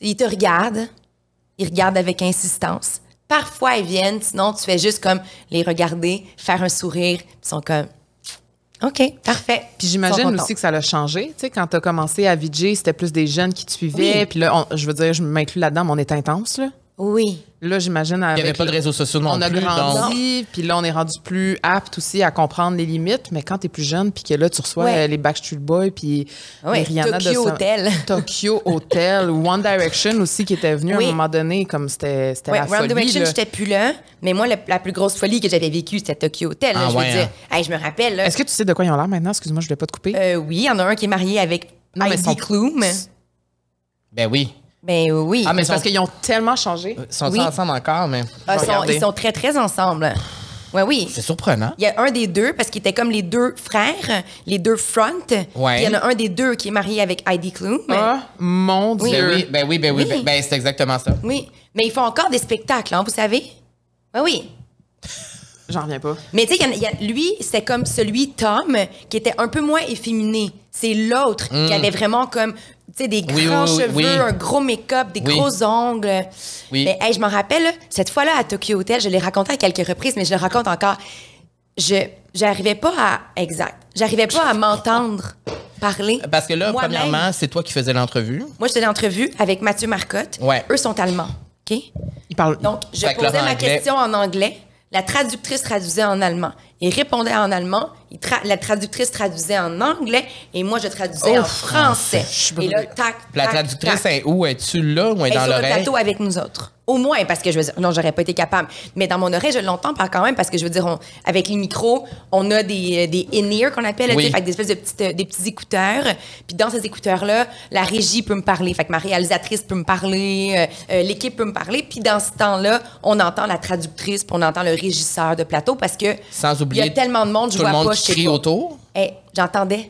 ils te regardent, ils regardent avec insistance. Parfois, ils viennent, sinon, tu fais juste comme les regarder, faire un sourire, puis ils sont comme, OK, parfait. Puis j'imagine Ils sont aussi que ça l'a changé. Tu sais, quand t'as commencé à VJ, c'était plus des jeunes qui te suivaient. Puis là, on- je veux dire, je m'inclus là-dedans, mais on est intense, là. contents. Oui. Là, Il j'imagine. n'y avait avec pas de le- réseaux sociaux non On a plus. donc- grandi, puis là, on est rendu plus apte aussi à comprendre les limites. Mais quand t'es plus jeune, puis que là, tu reçois Ouais. euh, les Backstreet Boys, puis Ah Ouais, les Rihanna de Tokyo ce- Hotel. Tokyo Hotel, One Direction aussi, qui était venu Oui. à un moment donné, comme c'était c'était Ouais, la Round folie. Direction, là. j'étais plus là. Mais moi, la, la plus grosse folie que j'avais vécue, c'était Tokyo Hotel. là, Ah je veux ouais, dire, hein. Hey, je me rappelle. là. Est-ce que tu sais de quoi ils ont l'air maintenant? Excuse-moi, je voulais pas te couper. Euh, oui, il y en a un qui est marié avec Non, mais Heidi sont- Klum. Ben oui. Ben oui. Ah, mais mais c'est parce sont- qu'ils ont tellement changé. Ils sont Oui. ensemble encore, mais. Ah, sont- Regardez. ils sont très, très ensemble. Ouais, oui. C'est surprenant. Il y a un des deux, parce qu'ils étaient comme les deux frères, les deux fronts. Puis Il y en a un des deux qui est marié avec Heidi Klum. Ah, mon Dieu. Ben oui, ben oui, ben oui. Oui. ben- Ben, c'est exactement ça. Oui. Mais ils font encore des spectacles, hein, vous savez? Ouais, oui. J'en reviens pas. Mais tu sais, il y en a- il y a- lui, c'était comme celui, Tom, qui était un peu moins efféminé. C'est l'autre qui avait vraiment comme, tu sais, des Mm. Oui, grands oui, oui, cheveux, oui. un gros make-up, des Oui. gros ongles. Oui. Mais hey, je m'en rappelle, cette fois-là, à Tokyo Hotel, je l'ai raconté à quelques reprises, mais je le raconte encore. Je j'arrivais pas à... Exact. J'arrivais pas à m'entendre parler. Parce que là, moi-même. premièrement, c'est toi qui faisais l'entrevue. Moi, j'étais dans l'entrevue avec Mathieu Marcotte. Ouais. Eux sont allemands, OK? Ils parlent. Donc, je Fait que posais leur ma anglais- question en anglais. La traductrice traduisait en allemand. Il répondait en allemand. il tra- la traductrice traduisait en anglais. Et moi, je traduisais en Ouf, français. je suis Et là, brûlée. tac, Puis Oh, La tac, traductrice, tac. est où? Es-tu là ou est Elle est dans sur le l'oreille? plateau avec nous autres. Au moins, parce que je veux dire, non, j'aurais pas été capable. Mais dans mon oreille, je l'entends pas quand même, parce que je veux dire, on- avec les micros, on a des, euh, des in-ear qu'on appelle, tu Oui. sais, fait que des espèces de petites, euh, des petits écouteurs. Puis dans ces écouteurs-là, la régie peut me parler, fait que ma réalisatrice peut me parler, euh, euh, l'équipe peut me parler. Puis dans ce temps-là, on entend la traductrice, puis on entend le régisseur de plateau, parce que Sans oublier. il y a tellement de monde, je Tout vois le monde pas, qui je sais crie pas. autour. Hey, j'entendais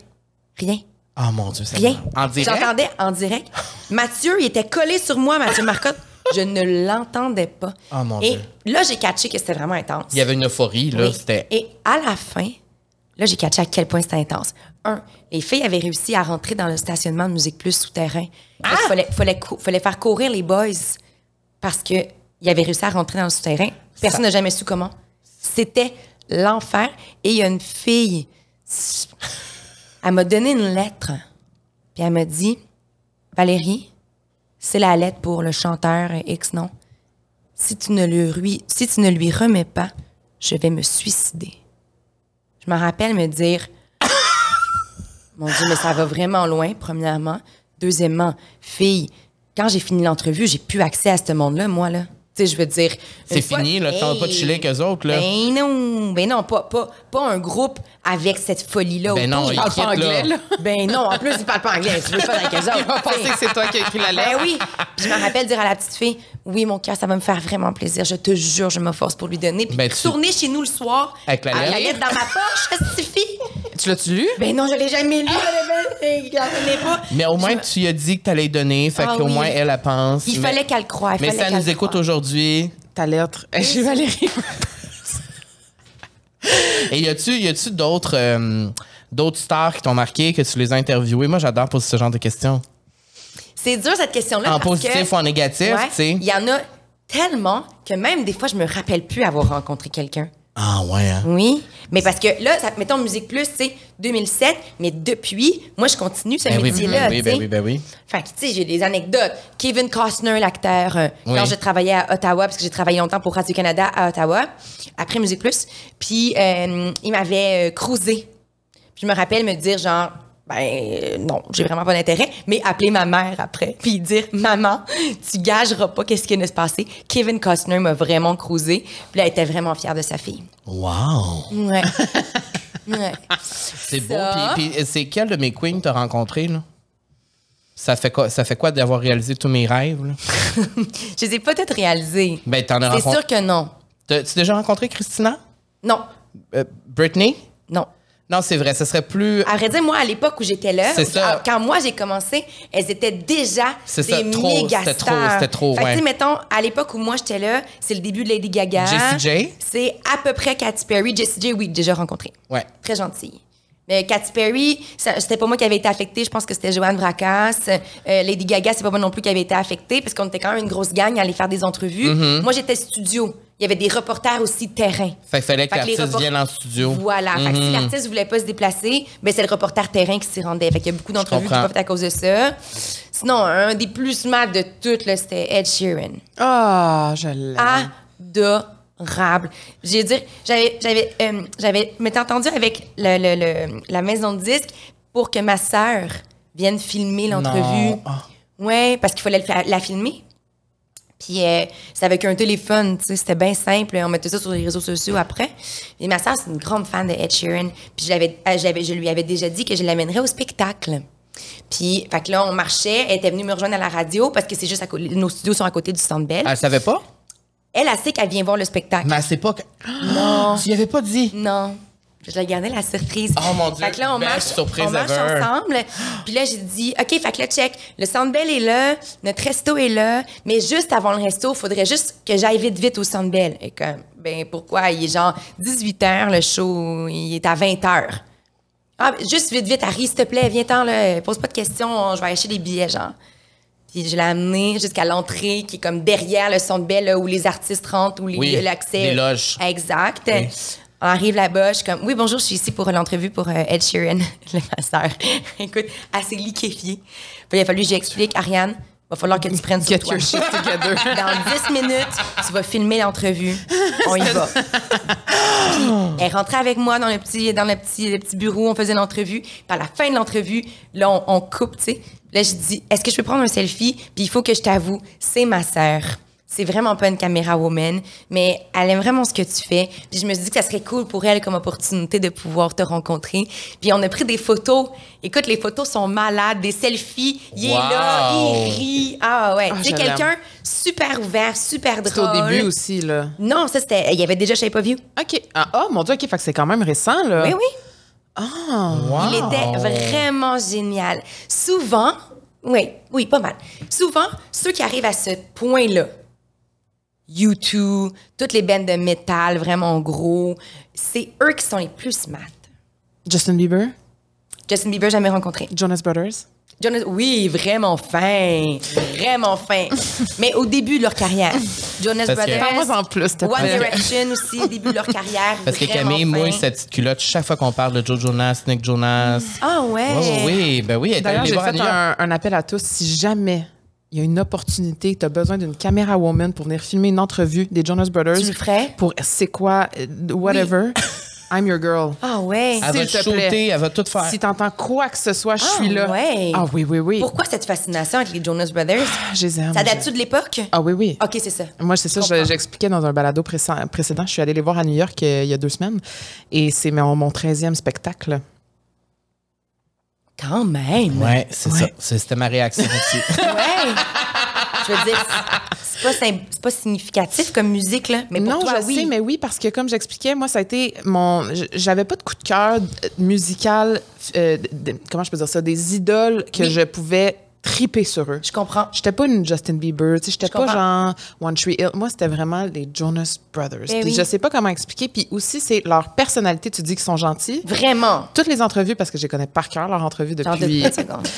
rien. Ah mon Dieu, c'est Rien. En direct. J'entendais en direct. Mathieu, il était collé sur moi, Mathieu Marcotte. Je ne l'entendais pas. Ah, mon Et Dieu. là, j'ai catché que c'était vraiment intense. Il y avait une euphorie, là. Oui. C'était. Et à la fin, là, j'ai catché à quel point c'était intense. Un, les filles avaient réussi à rentrer dans le stationnement de Musique Plus souterrain. Il Ah! fallait, fallait, cou- fallait faire courir les boys parce qu'ils avaient réussi à rentrer dans le souterrain. Personne n'a jamais su comment. C'était l'enfer. Et il y a une fille, elle m'a donné une lettre. Puis elle m'a dit, Valérie, c'est la lettre pour le chanteur X, non? si tu ne lui, rui- si tu ne lui remets pas, je vais me suicider. Je me rappelle me dire, *coughs* mon Dieu, mais ça va vraiment loin, premièrement. Deuxièmement, fille, quand j'ai fini l'entrevue, j'ai plus accès à ce monde-là, moi, là. Tu sais, je veux dire. C'est une fois- fini, là. Tu vas pas de chiller avec eux autres, là. Ben non, ben non, pas, pas, pas un groupe avec cette folie-là. Ben autour. non, ils parlent pas quittent, anglais, là. Ben non, en plus, ils parlent pas anglais. Tu veux faire avec eux autres. *laughs* Ils vont penser que c'est toi qui as écrit la lettre. Ben oui. Puis je me rappelle dire à la petite fille, oui, mon cœur, ça va me faire vraiment plaisir. Je te jure, je me force pour lui donner. Puis Ben, tu- tourner chez nous le soir. Avec la lettre. dans ma poche, ça suffit. Tu l'as-tu lu? Ben non, je l'ai jamais lu. je l'ai- je l'en connais pas. Mais au moins, tu lui as dit que tu allais donner. Fait Ah qu'au oui. moins, elle, elle pense. Il Mais- fallait qu'elle croie. il Mais fallait si elle qu'elle nous écoute croie. aujourd'hui, Ta lettre. J'ai Valérie. Et y a-tu y a-tu d'autres euh, d'autres stars qui t'ont marqué que tu les as interviewés Moi, j'adore poser ce genre de questions. C'est dur, cette question-là. en Ah, parce positif que- ou en négatif, Ouais, tu sais. Il y en a tellement que même des fois, je me rappelle plus avoir rencontré quelqu'un. Ah, ouais, hein? Oui. Mais parce que là, ça, mettons Musique Plus, tu sais, 2007, mais depuis, moi, je continue ce Ben oui, ben métier-là. oui, tu ben sais. oui, ben oui. Fait que, tu sais, j'ai des anecdotes. Kevin Costner, l'acteur, euh, Oui. quand je travaillais à Ottawa, parce que j'ai travaillé longtemps pour Radio-Canada à Ottawa, après Musique Plus, puis euh, il m'avait euh, cruisé. Puis je me rappelle me dire, genre, ben euh, non, j'ai vraiment pas d'intérêt, mais appeler ma mère après, *laughs* puis dire, maman, tu gageras pas qu'est-ce qui vient de se passer. Kevin Costner m'a vraiment cruisé, puis là, elle était vraiment fière de sa fille. Wow! *laughs* Ouais. ouais. C'est beau. Ça. Puis, puis c'est quel de mes queens t'as rencontré, là? Ça fait quoi, ça fait quoi d'avoir réalisé tous mes rêves, là? Je les ai pas toutes réalisées. Ben, t'en as C'est rencontré. sûr que non. T'as- Tu déjà rencontré Christina? Non. Euh, Britney? Non. Non, c'est vrai, ce serait plus. À vrai dire, moi, à l'époque où j'étais là, C'est ça. quand moi j'ai commencé, elles étaient déjà C'est des ça, trop, méga c'était trop, stars. c'était trop, Fait que, ouais. tu sais, mettons, à l'époque où moi j'étais là, c'est le début de Lady Gaga. Jessie J? C'est à peu près Katy Perry. Jessie J, oui, déjà rencontrée. Ouais. Très gentille. Mais Katy Perry, ça- c'était pas moi qui avait été affectée. Je pense que c'était Joanne Bracas. Euh, Lady Gaga, c'est pas moi non plus qui avait été affectée parce qu'on était quand même une grosse gang à aller faire des entrevues. Mhm. Moi, j'étais studio. Il y avait des reporters aussi de terrain. Fait qu'il fallait que Fait que les l'artiste report- vienne en studio. Mhm. Voilà. Fait que si l'artiste voulait pas se déplacer, ben c'est le reporter terrain qui s'y rendait. Fait qu'il y a beaucoup d'entrevues qui comprends. sont faites à cause de ça. Sinon, un des plus mad de toutes, là, c'était Ed Sheeran. Ah, je l'aime. Adorable. J'ai dire, j'avais, j'avais, euh, j'avais, m'étais entendue avec le- le- le- la maison de disques pour que ma sœur vienne filmer l'entrevue. Non. Ah. Ouais, parce qu'il fallait le fa- la filmer. Puis euh, c'est avec un téléphone, tu sais, c'était bien simple. On mettait ça sur les réseaux sociaux après. Et ma sœur, c'est une grande fan de Ed Sheeran. Puis je, l'avais, euh, je l'avais- je lui avais déjà dit que je l'amènerais au spectacle. Puis, fait que là, on marchait. Elle était venue me rejoindre à la radio parce que c'est juste à côté. Nos studios sont à côté du Centre Bell. Elle savait pas? Elle, elle sait qu'elle vient voir le spectacle. Mais elle sait pas que. Non! Tu y avais pas dit! Non. Je la gardais la surprise. Oh, mon Dieu. Fait que là, on Belle marche, surprise on marche ever. ensemble. Puis là, j'ai dit, OK, fait que là, check. Le Centre Bell est là, notre resto est là, mais juste avant le resto, il faudrait juste que j'aille vite, vite au Centre Bell. Et comme, ben pourquoi? Il est genre 18 h, le show, il est à 20 h. Ah, ben, juste vite, vite, Harry, s'il te plaît, viens-t'en, là. Pose pas de questions, je vais acheter des billets, genre. Puis je l'ai amené jusqu'à l'entrée, qui est comme derrière le Centre Bell, là, où les artistes rentrent, où les- Oui, l'accès. les loges. Exact. Oui. On arrive là-bas, je suis comme, oui, bonjour, je suis ici pour l'entrevue pour euh, Ed Sheeran, *laughs* le master. Écoute, assez liquéfiée. Puis il a fallu que j'explique, Ariane, va falloir que tu prennes sur Get toi. your shit together. Dans 10 minutes, tu vas filmer l'entrevue. On y va. Puis, elle rentrait avec moi dans le petit, dans le petit, le petit bureau, on faisait l'entrevue. Puis à la fin de l'entrevue, là, on, on coupe, tu sais. Là, je dis, est-ce que je peux prendre un selfie? Puis il faut que je t'avoue, c'est ma sœur. C'est vraiment pas une caméra woman, mais elle aime vraiment ce que tu fais. Puis je me suis dit que ça serait cool pour elle comme opportunité de pouvoir te rencontrer. Puis on a pris des photos. Écoute, les photos sont malades, des selfies. Il est là, Wow. il rit. Ah ouais, Ah, tu sais, je l'aime. quelqu'un super ouvert, super C'était au drôle. début aussi, là. Non, ça c'était. Il y avait déjà Shape of You. Ben OK. Ah, oh, mon Dieu, OK. Fait que c'est quand même récent, là. Oui, oui. Ah. Wow. Il était vraiment génial. Souvent, oui, oui, pas mal. Souvent, ceux qui arrivent à ce point-là, U2, toutes les bandes de métal vraiment gros, c'est eux qui sont les plus smart. Justin Bieber, Justin Bieber, jamais rencontré. Jonas Brothers. Jonas, oui, vraiment fin, vraiment fin. Mais au début de leur carrière, Jonas Parce que- Brothers, Parle-moi en plus, s'il te One plaît. Direction aussi, début de leur carrière. Parce que vraiment Camille fin. mouille sa petite culotte chaque fois qu'on parle de Joe Jonas, Nick Jonas. Ah ouais. Oh, oui, ben oui, elle est D'ailleurs, allée j'ai voir à fait New York. un, un appel à tous. Si jamais il y a une opportunité, tu as besoin d'une caméra woman pour venir filmer une entrevue des Jonas Brothers. Tu le ferais? Pour c'est quoi, euh, whatever. *laughs* I'm your girl. Ah ouais. Elle va S'il te plaît. shooter, elle va tout faire. Si t'entends quoi que ce soit, je suis là. ouais. Ah oui, oui, oui. Pourquoi cette fascination avec les Jonas Brothers? Je les aime. Ça date-tu de l'époque? Ah oui, oui. OK, c'est ça. Moi, c'est ça, Je comprends. je- j'expliquais dans un balado précédent, précédent. Je suis allée les voir à New York euh, il y a deux semaines et c'est mon, mon 13e spectacle. Quand même. Ouais, c'est Ouais. ça. C'est- C'était ma réaction *laughs* aussi. Ouais. Je veux dire, c'est pas, sim- c'est pas significatif comme musique, là. Mais pour non, toi, je oui. sais, mais oui, parce que comme j'expliquais, moi, ça a été mon. j- J'avais pas de coup de cœur d- musical, euh, d- d- comment je peux dire ça, des idoles que Oui. je pouvais triper sur eux. Je comprends. J'étais pas une Justin Bieber, tu sais, j'étais Je pas comprends. genre One Tree Hill. Moi, c'était vraiment les Jonas Brothers. Ben Puis oui. je sais pas comment expliquer. Puis aussi, c'est leur personnalité. Tu dis qu'ils sont gentils. Vraiment. Toutes les entrevues, parce que je les connais par cœur, leurs entrevues J'en doute depuis. *laughs* pas une seconde.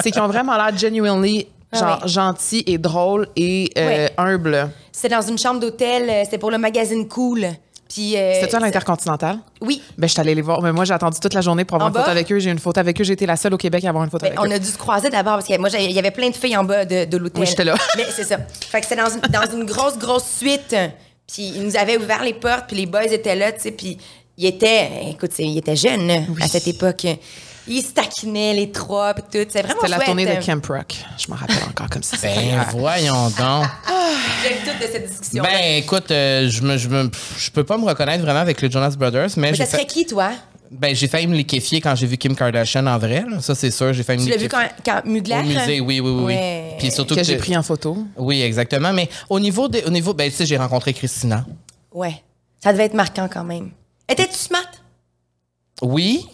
c'est qu'ils ont vraiment l'air genuinely Ah genre oui. gentils et drôles et euh, Ouais. Euh, humbles. C'était dans une chambre d'hôtel, euh, c'était pour le magazine Cool. Puis, euh, C'était-tu à l'intercontinental? Oui. Ben, je suis allée les voir. Mais moi, j'ai attendu toute la journée pour avoir En une photo bas? avec eux. J'ai eu une photo avec eux. J'ai été la seule au Québec à avoir une photo Ben, avec on eux. a dû se croiser d'abord parce que moi, j'avais- il y avait plein de filles en bas de, de l'hôtel. Oui, j'étais là. *laughs* Mais c'est ça. Fait que c'était dans une, dans une grosse, grosse suite. Puis ils nous avaient ouvert les portes, puis les boys étaient là, tu sais. Puis ils étaient, écoute, c'est- ils étaient jeunes à cette époque. Ils se taquinaient, les trois, puis tout. C'est vraiment C'était la chouette. tournée euh, de Camp Rock. Je m'en rappelle encore comme ça. Ben, voyons *laughs* donc. J'aime tout de cette discussion. Ben, écoute, euh, je me, je me- pff, je peux pas me reconnaître vraiment avec les Jonas Brothers, mais, mais j'ai ça serait fait- qui, toi? ben, j'ai failli me liquéfier quand j'ai vu Kim Kardashian en vrai. là. Ça, c'est sûr, j'ai failli me Tu l'as vu liquéfier. quand, quand Mugler? hein? Au musée, oui, oui, oui. oui. Ouais. Puis surtout Que j'ai pris en photo. Oui, exactement. Mais au niveau, des, au niveau ben, tu sais, j'ai rencontré Christina. Ouais. Ça devait être marquant quand même. Étais-tu smart? Oui,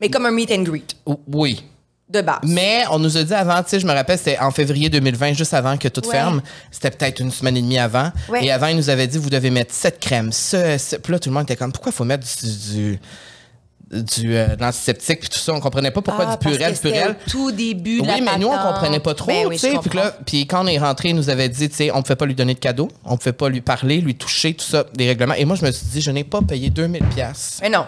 Mais comme un meet and greet, ou- oui. de base. Mais on nous a dit avant, tu sais, je me rappelle, c'était en février 2020, juste avant que tout Ouais. ferme. C'était peut-être une semaine et demie avant. Ouais. Et avant, ils nous avaient dit, vous devez mettre cette crème, ce, ce. Puis là, tout le monde était comme, pourquoi faut mettre du. du, du, euh, de l'antiseptique, puis tout ça, on comprenait pas pourquoi Ah, du purel, parce du que c'était purel. au tout début de Oui, la mais nous, on patente. comprenait pas trop, Ben oui, tu sais. je Puis que là, puis quand on est rentré, ils nous avaient dit, tu sais, on ne pouvait pas lui donner de cadeau, on ne pouvait pas lui parler, lui toucher, tout ça, des règlements. Et moi, je me suis dit, je n'ai pas payé 2000 pièces Mais non,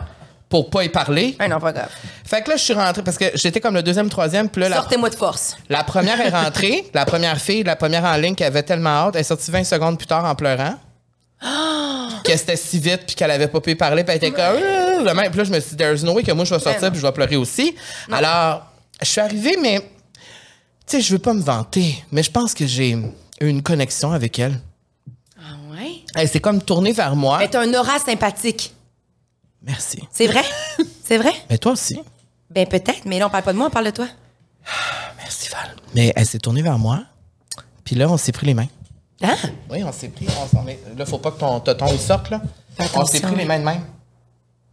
pour pas y parler. mais non, pas grave. Fait que là, je suis rentré parce que j'étais comme le deuxième, troisième, puis là, la, Sortez-moi de force. la première est rentrée, la première fille, la première en ligne qui avait tellement hâte, elle est sortie 20 secondes plus tard en *gasps* pleurant. que c'était si vite puis qu'elle avait pas pu parler, puis elle était comme Euh, le même. Puis là, je me suis dit, there's no way que moi je vais non. sortir puis je vais pleurer aussi. Alors, je suis arrivée, mais tu sais, je veux pas me vanter, mais je pense que j'ai eu une connexion avec elle. Ah ouais? Elle s'est comme tournée vers moi. Mais t'as un aura sympathique. Merci. C'est *laughs* vrai? C'est vrai? Mais toi aussi. Ben peut-être, mais là, on parle pas de moi, on parle de toi. Merci Val. Mais elle s'est tournée vers moi. Puis là, on s'est pris les mains. Hein? Oui, on s'est pris. On s'en est... Là, faut pas que ton toton il sorte, là. Fais On s'est attention. pris les mains de même.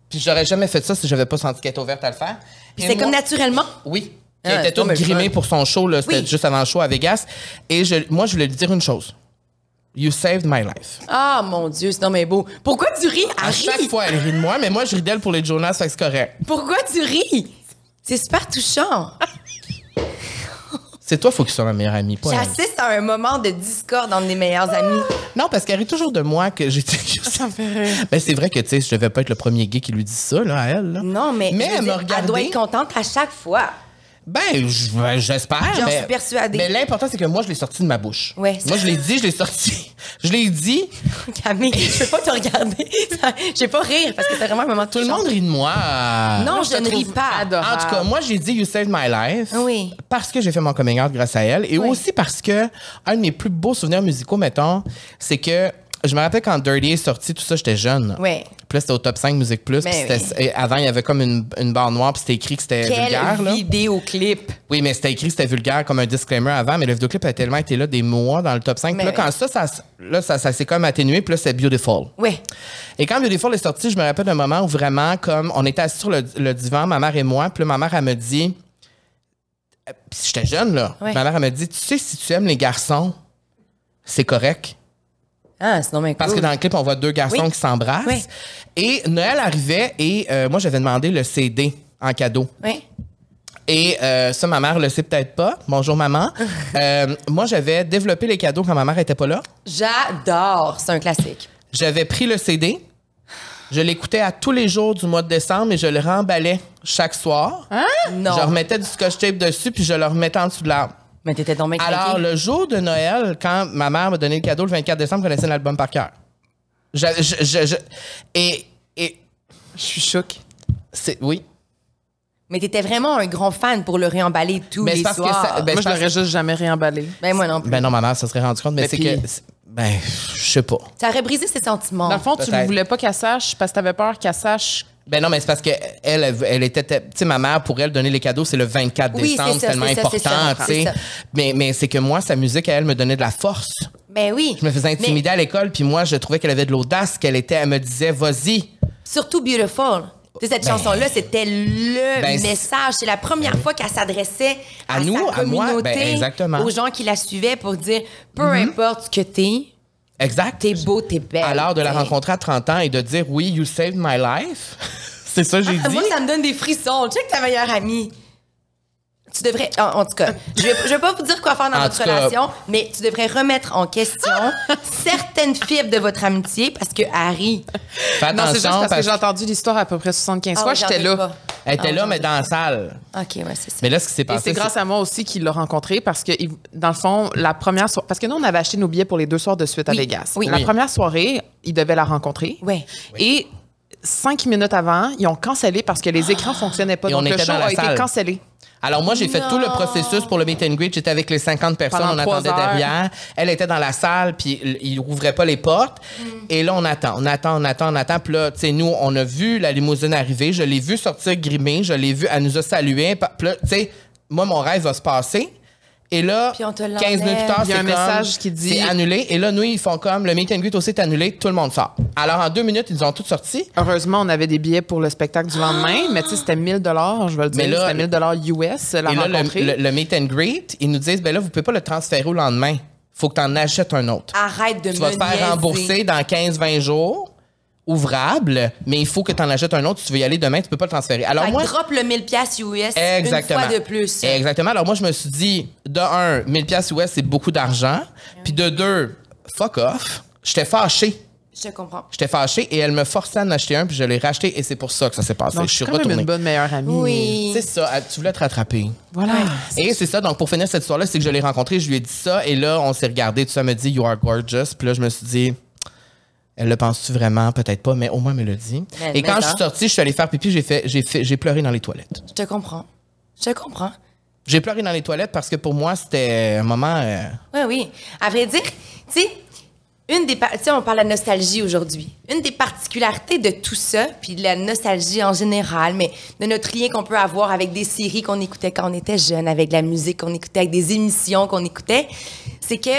Puis j'aurais jamais fait ça si j'avais pas senti qu'elle était ouverte à le faire. Puis Et c'est comme moi- naturellement. Oui. Ah, elle c'est était toute pas mal grimée fun. pour son show, là. C'était Oui. juste avant le show à Vegas. Et je, moi, je voulais lui dire une chose. You saved my life. Ah mon Dieu, c'est non mais beau. Pourquoi tu ris? À Elle chaque rit. fois, elle rit de moi, mais moi, je ris d'elle pour les Jonas, fait que c'est correct. Pourquoi tu ris? C'est super touchant. C'est toi, faut qu'il soit ma meilleure amie, pas elle. J'assiste à un moment de discorde entre les meilleurs amis. Non, parce qu'elle rit toujours de moi que *laughs* j'étais. Mais c'est vrai que, tu sais, je devais pas être le premier gay qui lui dit ça, là, à elle. là. Non, mais, mais je veux elle m'a dire, elle doit regardée. être contente à chaque fois. Ben, j- ben, j'espère. J'en mais- suis persuadée. Mais l'important, c'est que moi, je l'ai sorti de ma bouche. Ouais, c'est moi, je ça. l'ai dit, je l'ai sorti. *laughs* Je l'ai dit. Camille, *laughs* je peux pas te regarder. Je vais pas rire parce que c'est vraiment un moment Tout le monde rit de moi. Non, Moi, je, je te ne ris trouve pas. adorable. En tout cas, moi, j'ai dit You Saved My Life. Oui. Parce que j'ai fait mon coming out grâce à elle. Et Oui. aussi parce que, un de mes plus beaux souvenirs musicaux, mettons, c'est que je me rappelle quand Dirty est sorti, tout ça, j'étais jeune. Oui. Ben Puis là, c'était au top 5 Musique Plus. Mais puis c'était- et avant, il y avait comme une, une barre noire, puis c'était écrit que c'était Quel vulgaire. là. vidéoclip. Oui, mais c'était écrit, c'était vulgaire comme un disclaimer avant, mais le vidéoclip a tellement été là des mois dans le top 5. Puis là, Mais- quand ça, ça, s- là, ça, ça s'est comme atténué, puis là, c'est Beautiful. Ouais. Et quand Beautiful est sorti, je me rappelle d'un moment où vraiment, comme, on était assis sur le, le divan, ma mère et moi, puis là, ma mère, elle me dit, euh, puis j'étais jeune, là, Ouais. ma mère, elle me dit, tu sais, si tu aimes les garçons, c'est correct. Ah, sinon, mais Parce que cool. dans le clip, on voit deux garçons Oui. qui s'embrassent. Oui. Et Noël arrivait et euh, moi, j'avais demandé le CD en cadeau. Ouais. Et euh, ça, ma mère le sait peut-être pas. Bonjour, maman. Euh, moi, j'avais développé les cadeaux quand ma mère était pas là. J'adore. C'est un classique. J'avais pris le CD. Je l'écoutais à tous les jours du mois de décembre et je le remballais chaque soir. Non. Je remettais du scotch tape dessus puis je le remettais en dessous de l'arbre. Mais t'étais donc bien Alors, craqué. le jour de Noël, quand ma mère m'a donné le cadeau le 24 décembre, je connaissais l'album par cœur. Je, je- je- je- et, et Je suis choquée. c'est, oui. Mais t'étais vraiment un grand fan pour le réemballer tous Mais c'est les parce que ça- soirs. Ben, moi, je je l'aurais juste jamais réemballé. Ben, moi non plus. Ben non, ma mère, ça serait rendu compte, mais, Mais c'est puis- que. c'est- Ben, je sais pas. Ça aurait brisé ses sentiments. Dans le fond, tu Peut-être. ne voulais pas qu'elle sache parce que tu avais peur qu'elle sache. Ben non, mais c'est parce que elle, elle- elle était, tu sais, ma mère pour elle donner les cadeaux, c'est le 24 Oui, décembre, c'est ça, c'est tellement c'est ça, c'est ça, important, c'est tu sais. ça. Mais, mais c'est que moi, sa musique à elle me donnait de la force. Ben oui. Je me faisais intimider Mais à l'école, puis moi, je trouvais qu'elle avait de l'audace, qu'elle était, elle me disait, vas-y. surtout Beautiful. Tu sais, Cette Ben- chanson-là, c'était le Ben, c'est- Ben message. C'est la première fois qu'elle s'adressait à, À nous, sa à moi, ben, communauté, exactement. Mhm. aux gens qui la suivaient pour dire peu importe ce que t'es, Exact. t'es beau, t'es belle. Alors, de la t'sais. rencontrer à 30 ans et de dire, oui, you saved my life. *laughs* c'est ça, que j'ai Ah, dit. Moi, ça me donne des frissons. Check ta meilleure amie. Tu devrais, en, en tout cas, je vais, je vais pas vous dire quoi faire dans En votre tout cas- relation, mais tu devrais remettre en question *laughs* certaines fibres de votre amitié parce que Harry, Fais Non, c'est attention juste parce que parce j'ai entendu l'histoire à peu près 75 Ah fois. oui, j'en J'étais doute là. pas. qu'elle était Ah, là, j'en mais doute dans la salle. Ok, ouais, c'est ça. Mais là, ce qui s'est Et passé, c'est grâce à moi aussi qu'il l'a rencontré parce que, il- dans le fond, la première soirée. Parce que nous, on avait acheté nos billets pour les deux soirs de suite à Oui, Vegas. oui. la Oui. première soirée, il devait la rencontrer. Ouais. Et cinq minutes avant, ils ont cancellé parce que les écrans fonctionnaient pas. Et donc on le était show dans la a été salle. cancellé. Alors moi, j'ai fait tout le processus pour le meet and greet. J'étais avec les 50 personnes, Pendant on attendait trois heures. derrière. Elle était dans la salle, puis il- il ouvrait pas les portes. Mm. Et là, on attend, on attend, on attend, on attend. Puis là, tu sais, nous, on a vu la limousine arriver. Je l'ai vu sortir grimée. Je l'ai vu, elle nous a salués. Pa- Puis là, tu sais, moi, mon rêve va se passer. Et là, Puis on te 15 minutes plus tard, Il y a c'est un comme, message qui dit- C'est annulé. Et là, nous, ils font comme... Le meet and greet aussi est annulé. Tout le monde sort. Alors, en deux minutes, ils ont tous sorti. Heureusement, on avait des billets pour le spectacle du lendemain, mais tu sais, c'était 1000 je vais le Mais dire. là- C'était 1000 US, la Et là, rencontrer. le, le- le meet and greet, ils nous disent, ben là, vous pouvez pas le transférer au lendemain. Faut que tu en achètes un autre. Arrête de tu me vas te Ah, niaiser. faire rembourser dans 15-20 jours, ouvrable, mais il faut que tu en achètes un autre. Si tu veux y aller demain, tu peux pas le transférer. Alors Fait que moi, drop le 1000 pièces US exactement. une fois de plus. Exactement. Alors moi, je me suis dit, de un, 1000 pièces US, c'est beaucoup d'argent. Puis de deux, fuck off. J'étais fâché. Je te comprends. J'étais fâché et elle me forçait à en acheter un, puis je l'ai racheté et c'est pour ça que ça s'est passé. donc, je suis quand même retourné. une bonne meilleure amie. Oui. C'est ça, elle- tu voulais te rattraper. Voilà. Et c'est ça, donc pour finir cette histoire-là, c'est que je l'ai rencontré, je lui ai dit ça, et là, on s'est regardé, tout ça elle me dit, You are gorgeous. Puis là, je me suis dit, Elle le pense-tu vraiment? Peut-être pas, mais au moins, elle me le dit. Mais- et mais quand je ça. suis sortie, je suis allée faire pipi, j'ai fait, j'ai fait, j'ai pleuré dans les toilettes. Je te comprends. Je te comprends. J'ai pleuré dans les toilettes parce que pour moi, c'était un moment. euh, Oui, oui. À vrai dire, tu sais, une des par- tu sais, on parle de la nostalgie aujourd'hui. Une des particularités de tout ça, puis de la nostalgie en général, mais de notre lien qu'on peut avoir avec des séries qu'on écoutait quand on était jeune, avec de la musique qu'on écoutait, avec des émissions qu'on écoutait, c'est que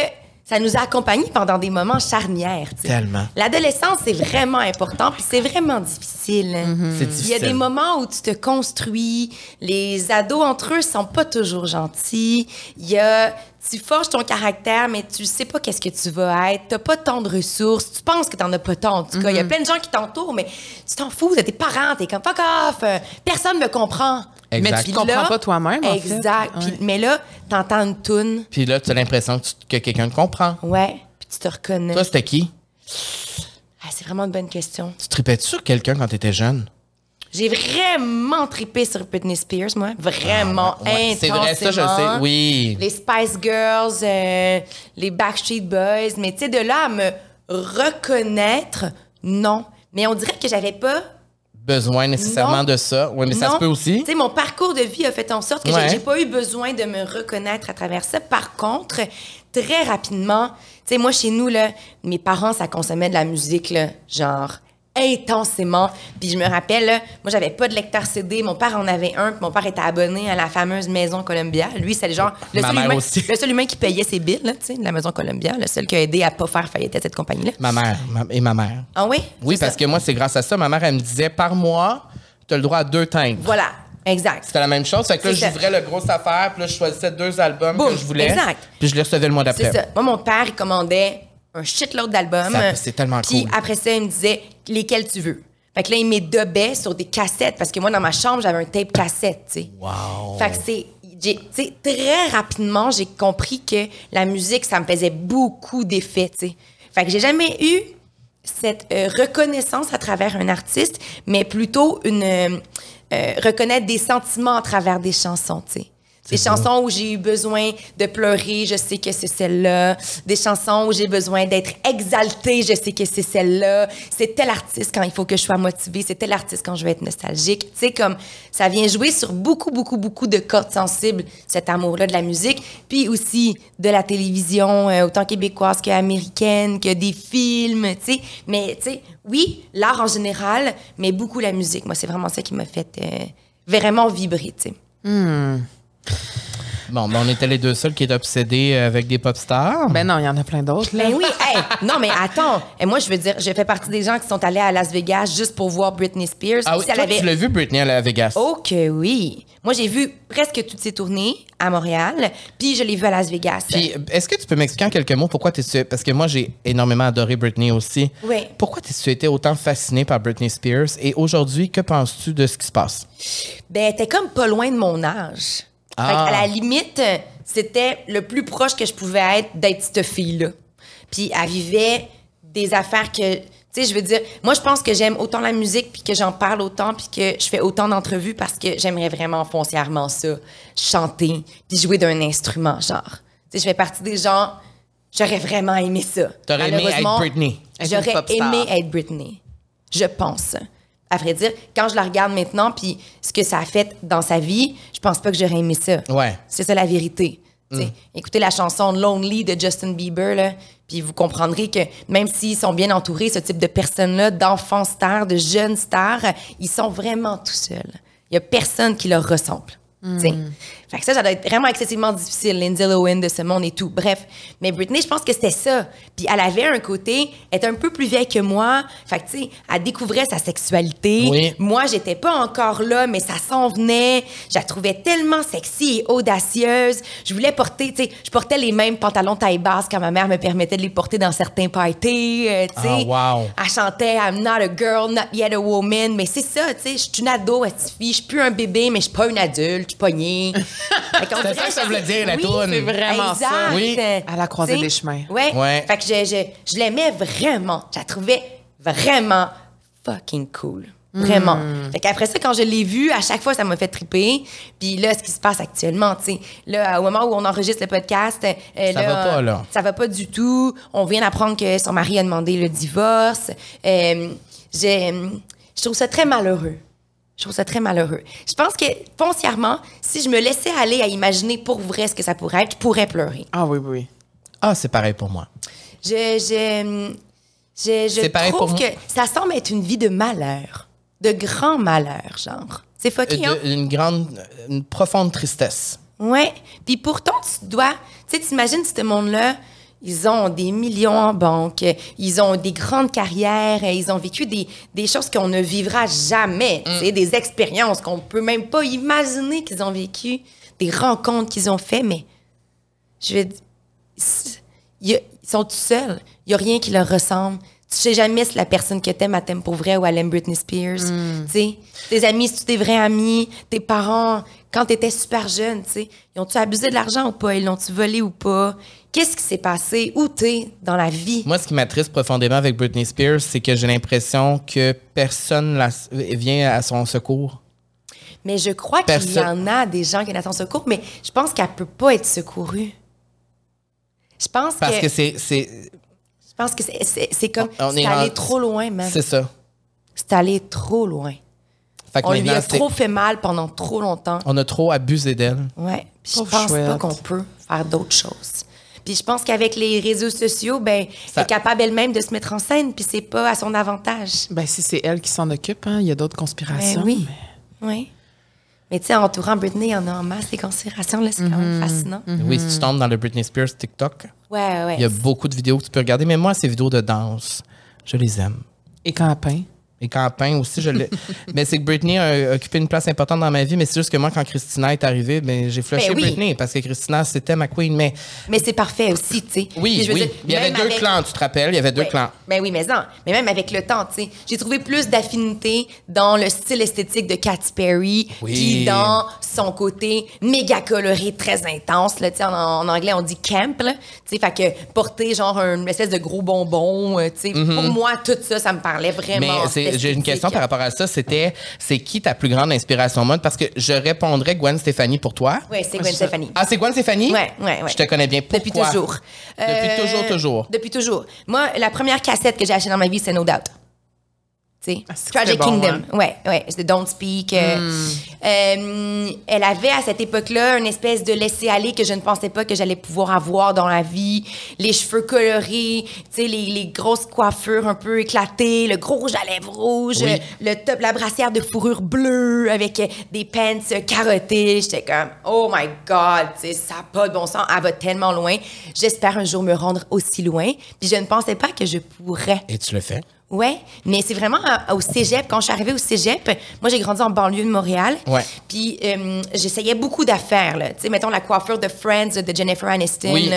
ça nous a accompagnés pendant des moments charnières. tu sais. Tellement. L'adolescence, c'est vraiment important, puis c'est vraiment difficile. hein. C'est Il y a difficile. des moments où tu te construis, les ados entre eux sont pas toujours gentils. Il y a tu forges ton caractère mais tu sais pas qu'est-ce que tu vas être, tu pas tant de ressources, tu penses que tu as pas tant en tout cas. Il Mm-hmm. y a plein de gens qui t'entourent mais tu t'en fous, t'es tes parents, t'es comme fuck off, euh, personne me comprend. Exact. Mais tu te comprends pas toi-même, en fait. Exact. Puis- Ouais. mais là, t'entends une toune, Puis là, tu as l'impression que, tu- que quelqu'un te comprend. ouais, puis tu te reconnais. Toi, c'était qui? Ah, c'est vraiment une bonne question. Tu tripais-tu sur quelqu'un quand t'étais jeune? J'ai vraiment tripé sur Britney Spears, moi. Vraiment Ah, Ouais, c'est vrai, ça, je le sais. Oh, intensément. Oui. Les Spice Girls, euh, les Backstreet Boys. Mais tu sais, de là à me reconnaître, non. Mais on dirait que j'avais pas... Besoin nécessairement Non. de ça. Oui, mais ça non. se peut aussi. Tu sais, mon parcours de vie a fait en sorte que j'ai- Ouais. j'ai pas eu besoin de me reconnaître à travers ça. Par contre, très rapidement, tu sais, moi, chez nous, là, mes parents, ça consommait de la musique, là, genre intensément. Puis je me rappelle, là, moi, j'avais pas de lecteur CD. Mon père en avait un. Puis mon père était abonné à la fameuse Maison Columbia. Lui, c'était genre le Ma seul, mère humain, aussi. le seul humain qui payait ses billes, là, tu sais, de la Maison Columbia. Le seul qui a aidé à pas faire faillite à cette compagnie-là. Ma mère ma- et ma mère. Ah oui? Oui, C'est ça. parce que moi, c'est grâce à ça. Ma mère, elle me disait, par mois, tu as le droit à deux timbres. Voilà, exact. C'était la même chose. Fait que là, C'est ça. j'ouvrais le gros affaire, puis là, je choisissais deux albums Boum, que je voulais. exact. Puis je les recevais le mois d'après. C'est ça. Moi, mon père, il commandait un shitload d'albums. Ça, c'est tellement Puis cool. après ça, il me disait lesquels tu veux. Fait que là, il m'édobait sur des cassettes parce que moi, dans ma chambre, j'avais un tape cassette, tu sais. Wow. Fait que c'est. j'ai- tu sais, très rapidement, j'ai compris que la musique, ça me faisait beaucoup d'effets, tu sais. Fait que j'ai jamais eu cette euh, reconnaissance à travers un artiste, mais plutôt une. euh, euh, reconnaître des sentiments à travers des chansons, tu sais. Des chansons où j'ai eu besoin de pleurer, je sais que c'est celle-là. Des chansons où j'ai besoin d'être exaltée, je sais que c'est celle-là. C'est tel artiste quand il faut que je sois motivée, c'est tel artiste quand je vais être nostalgique. Tu sais, comme ça vient jouer sur beaucoup, beaucoup, beaucoup de cordes sensibles, cet amour-là de la musique. Puis aussi de la télévision, euh, autant québécoise qu'américaine, que des films, tu sais. Mais tu sais, oui, l'art en général, mais beaucoup la musique. Moi, c'est vraiment ça qui m'a fait euh, vraiment vibrer, tu sais. Bon, ben, on était les deux seuls qui étaient obsédés euh, avec des pop stars. Ben non, il y en a plein d'autres. là. Ben oui, hey, non mais attends, et moi je veux dire, je fais partie des gens qui sont allés à Las Vegas juste pour voir Britney Spears. ah Puis oui, ça toi, l'avait- tu l'as vu, Britney, à la Vegas. Oh que oui. Moi j'ai vu presque toutes ses tournées à Montréal, puis je l'ai vu à Las Vegas. Puis, est-ce que tu peux m'expliquer en quelques mots pourquoi tu es... Parce que moi, j'ai énormément adoré Britney aussi. Oui. Pourquoi tu étais autant fasciné par Britney Spears? Et aujourd'hui, que penses-tu de ce qui se passe? Ben t'es comme pas loin de mon âge. Ah. Fait qu'à la limite, c'était le plus proche que je pouvais être d'être cette fille-là. Puis elle vivait des affaires que, tu sais, je veux dire, moi, je pense que j'aime autant la musique, puis que j'en parle autant, puis que je fais autant d'entrevues parce que j'aimerais vraiment foncièrement ça, chanter, puis jouer d'un instrument, genre. Tu sais, je fais partie des gens, j'aurais vraiment aimé ça. T'aurais aimé être Malheureusement, Britney. Être une J'aurais pop star. aimé être Britney. Je pense. À vrai dire, quand je la regarde maintenant, puis ce que ça a fait dans sa vie, je pense pas que j'aurais aimé ça. Ouais. C'est ça la vérité. T'sais, Écoutez la chanson Lonely de Justin Bieber, là, puis vous comprendrez que même s'ils sont bien entourés, ce type de personnes-là, d'enfants stars, de jeunes stars, ils sont vraiment tout seuls. Il y a personne qui leur ressemble. t'sais. Fait que ça, ça doit être vraiment excessivement difficile, Lindsay Lohan de ce monde et tout. Bref, mais Britney, je pense que c'était ça. Puis elle avait un côté, elle était un peu plus vieille que moi. Fait que, tu sais, elle découvrait sa sexualité. Oui. Moi, j'étais pas encore là, mais ça s'en venait. Je la trouvais tellement sexy et audacieuse. Je voulais porter, tu sais, je portais les mêmes pantalons taille basse quand ma mère me permettait de les porter dans certains parties, euh, tu sais. Ah, wow. Elle chantait I'm not a girl, not yet a woman, mais c'est ça, tu sais, je suis une ado, elle se fille, je suis plus un bébé, mais je suis pas une adulte, je *laughs* suis pognée. Fait qu'on C'est dirait ça que ça que voulait dire, la oui, toune. c'est vrai. Vraiment exact. ça. Oui. À la croisée T'sais, des chemins. Ouais. Ouais. Fait que je, je, je l'aimais vraiment. Je la trouvais vraiment fucking cool. Vraiment. Hmm. Fait qu'après ça, quand je l'ai vue, à chaque fois, ça m'a fait triper. Puis là, ce qui se passe actuellement, tu sais, là, au moment où on enregistre le podcast, euh, Ça va pas, là. Ça va pas du tout. On vient d'apprendre que son mari a demandé le divorce. Euh, j'ai- je trouve ça très malheureux. Je trouve ça très malheureux. Je pense que, foncièrement, si je me laissais aller à imaginer pour vrai ce que ça pourrait être, je pourrais pleurer. Ah oui, oui. Ah, c'est pareil pour moi. Je, je, je, je C'est pareil trouve pour que moi. ça semble être une vie de malheur, de grand malheur, genre. C'est Euh, fucké, de- hein? une grande, une profonde tristesse. Ouais. Puis pourtant, tu dois. Tu sais, t'imagines ce monde-là. Ils ont des millions en banque, ils ont des grandes carrières, ils ont vécu des, des choses qu'on ne vivra Mm. jamais, tu sais, des expériences qu'on peut même pas imaginer qu'ils ont vécues, des rencontres qu'ils ont faites, mais je vais dire, ils ils sont tout seuls. Il n'y a rien qui leur ressemble. Tu sais jamais si la personne que t'aimes, elle t'aime pour vrai ou elle aime Britney Spears. Hmm. Tu sais, tes amis, si tu tes vrais amis, tes parents, quand t'étais super jeune, tu sais, ils ont-tu abusé de l'argent ou pas? Ils l'ont-tu volé ou pas? Qu'est-ce qui s'est passé? Où t'es dans la vie? Moi, ce qui m'attriste profondément avec Britney Spears, c'est que j'ai l'impression que personne la- vient à son secours. Mais je crois qu'il y Personne. en a des gens qui attendent secours, mais je pense qu'elle peut pas être secourue. Je pense Parce que, que c'est, c'est, je pense que c'est- c'est c'est comme On- on c'est est allé rendu- trop loin, man. c'est ça. C'est allé trop loin. Fait que On lui maintenant, a c'est- trop fait mal pendant trop longtemps. on a trop abusé d'elle. Ouais. Puis je Pauvre pense pas chouette. qu'on peut faire d'autres choses. Puis je pense qu'avec les réseaux sociaux, ben, Ça- elle est capable elle-même de se mettre en scène, puis c'est pas à son avantage. Ben, si c'est elle qui s'en occupe, hein, il y a d'autres Ben conspirations. oui. Oui. Mais tu sais, entourant Britney, il y en a en masse, les considérations, là, c'est quand Mhm. même fascinant. Oui, si tu tombes dans le Britney Spears TikTok, Ouais, ouais. il y a beaucoup de vidéos que tu peux regarder. Mais moi, ces vidéos de danse, je les aime. Et quand elle peint. Et Campin aussi, je l'ai. *laughs* mais c'est que Britney a occupé une place importante dans ma vie, mais c'est juste que moi, quand Christina est arrivée, ben, j'ai flashé Ben oui. Britney parce que Christina, c'était ma queen. Mais Mais c'est parfait aussi, tu sais. Puis oui, je veux oui. dire, il y avait même deux avec- clans, tu te rappelles? Il y avait deux Ouais. clans. Ben oui, mais non. Mais même avec le temps, tu sais, j'ai trouvé plus d'affinité dans le style esthétique de Katy Perry, Oui. puis dans son côté méga coloré, très intense. Là, tu sais, en, en anglais, on dit camp. Là, tu sais, fait que porter genre une espèce de gros bonbon, euh, tu sais, pour moi, tout ça, ça me parlait Mm-hmm. Mais vraiment. c'est- cette j'ai une question esthétique. par rapport à ça. C'était, c'est qui ta plus grande inspiration mode? Parce que je répondrais Gwen Stéphanie pour toi. Ouais, c'est Gwen Stefani. Ah, c'est Gwen Stéphanie? Ouais, ouais, ouais. Je te connais bien. Pourquoi? Depuis toujours. Depuis Euh, toujours, toujours. Depuis toujours. Moi, la première cassette que j'ai achetée dans ma vie, c'est No Doubt. Tu sais, Ah, c'est que Tragic c'était bon, Kingdom. Ouais, ouais. C'était Don't Speak. euh, euh, elle avait à cette époque-là une espèce de laisser-aller que je ne pensais pas que j'allais pouvoir avoir dans la vie. Les cheveux colorés, tu sais, les, les grosses coiffures un peu éclatées, le gros rouge à lèvres rouges, Oui. le top, la brassière de fourrure bleue avec euh, des pants euh, carottées. J'étais comme, oh my God, tu sais, ça n'a pas de bon sens. Elle va tellement loin. J'espère un jour me rendre aussi loin. Puis je ne pensais pas que je pourrais. Et tu le fais. Ouais, mais c'est vraiment à- au cégep. Quand je suis arrivée au cégep, moi, j'ai grandi en banlieue de Montréal. Ouais. Puis euh, j'essayais beaucoup d'affaires, là. Tu sais, mettons la coiffure de Friends de Jennifer Aniston. Oui. *laughs* là.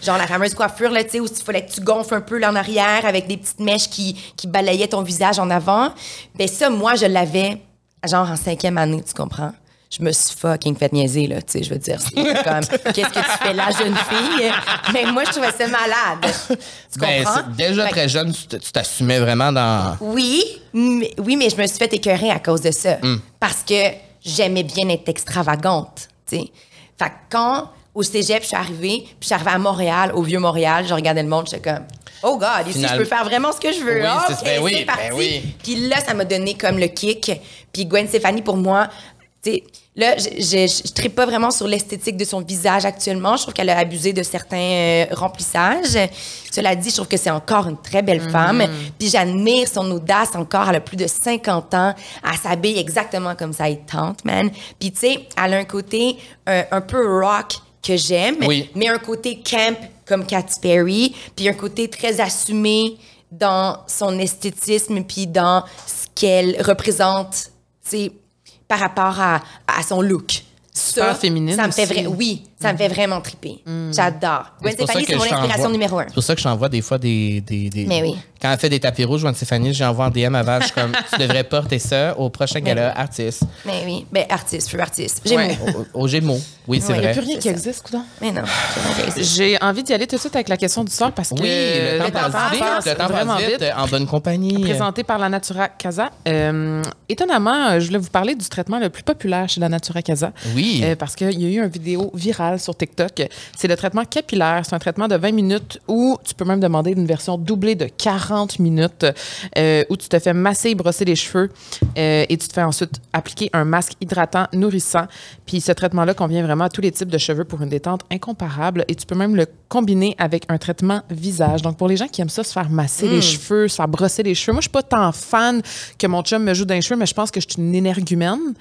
genre la fameuse coiffure, là, tu sais, où il fallait que tu gonfles un peu là, en arrière avec des petites mèches qui, qui balayaient ton visage en avant. Ben ça, moi, je l'avais, genre en cinquième année, tu comprends? je me suis fucking fait niaiser, là. Tu sais, je veux *laughs* dire, c'est comme, qu'est-ce que tu fais là, jeune fille? Mais moi, je trouvais ça malade. Tu Ben, comprends? c'est- déjà Fait que- très jeune, tu t- tu t'assumais vraiment dans. oui, mais, oui, mais je me suis fait écœurer à cause de ça. Hmm. Parce que j'aimais bien être extravagante, tu sais. Fait que quand, au cégep, je suis arrivée, puis je suis arrivée à Montréal, au Vieux-Montréal, je regardais le monde, j'étais comme... Oh God, ici, Finalement- je peux faire vraiment ce que je veux. Oui, Ah, c'est- OK, ben oui, c'est parti. ben oui. Puis là, ça m'a donné comme le kick. Puis Gwen Stefani, pour moi, tu sais, là, je- je ne tripe pas vraiment sur l'esthétique de son visage actuellement. Je trouve qu'elle a abusé de certains euh, remplissages. Cela dit, je trouve que c'est encore une très belle femme. Puis j'admire son audace encore. Elle a plus de 50 ans. Elle s'habille exactement comme ça, elle tente, man. Puis tu sais, elle a un côté euh, un peu rock que j'aime, Oui. mais un côté camp comme Katy Perry, puis un côté très assumé dans son esthétisme, puis dans ce qu'elle représente, tu sais, par rapport à, à son look. Ça, Super féminine ça me fait aussi. Mm. vrai, oui, ça me fait vraiment triper. J'adore. Gwen C'est pour ça Stefani, que c'est mon je t'envoie- inspiration numéro un. C'est pour ça que j'envoie des fois des. des, des- Mais oui. Quand elle fait des tapis rouges, Gwen Stéphanie, j'envoie en DM avant. Je suis *laughs* comme, tu devrais porter ça au prochain gala artiste. Mais oui, ben artiste, je suis artiste. J'ai Ouais. mon- Au, au Gémeaux. Oui, c'est Ouais, Il n'y a vrai. plus rien C'est qui ça. existe, coudon. Mais non, c'est vrai que c'est- J'ai envie d'y aller tout de suite avec la question du sort parce que Oui, le temps le temps passe vite. passe Le temps vraiment passe vite, vite. euh, en bonne compagnie. présenté par la Natura Casa. Euh, étonnamment, euh, je voulais vous parler du traitement le plus populaire chez la Natura Casa. Oui. Euh, parce qu'il y a eu une vidéo virale sur TikTok. C'est le traitement capillaire. C'est un traitement de 20 minutes où tu peux même demander une version doublée de 40 minutes euh, où tu te fais masser et brosser les cheveux euh, et tu te fais ensuite appliquer un masque hydratant nourrissant. Puis ce traitement-là convient vraiment à tous les types de cheveux pour une détente incomparable et tu peux même le combiner avec un traitement visage. Donc pour les gens qui aiment ça, se faire masser les cheveux, se faire brosser les cheveux, moi je suis pas tant fan que mon chum me joue dans les cheveux, mais je pense que je suis une énergumène.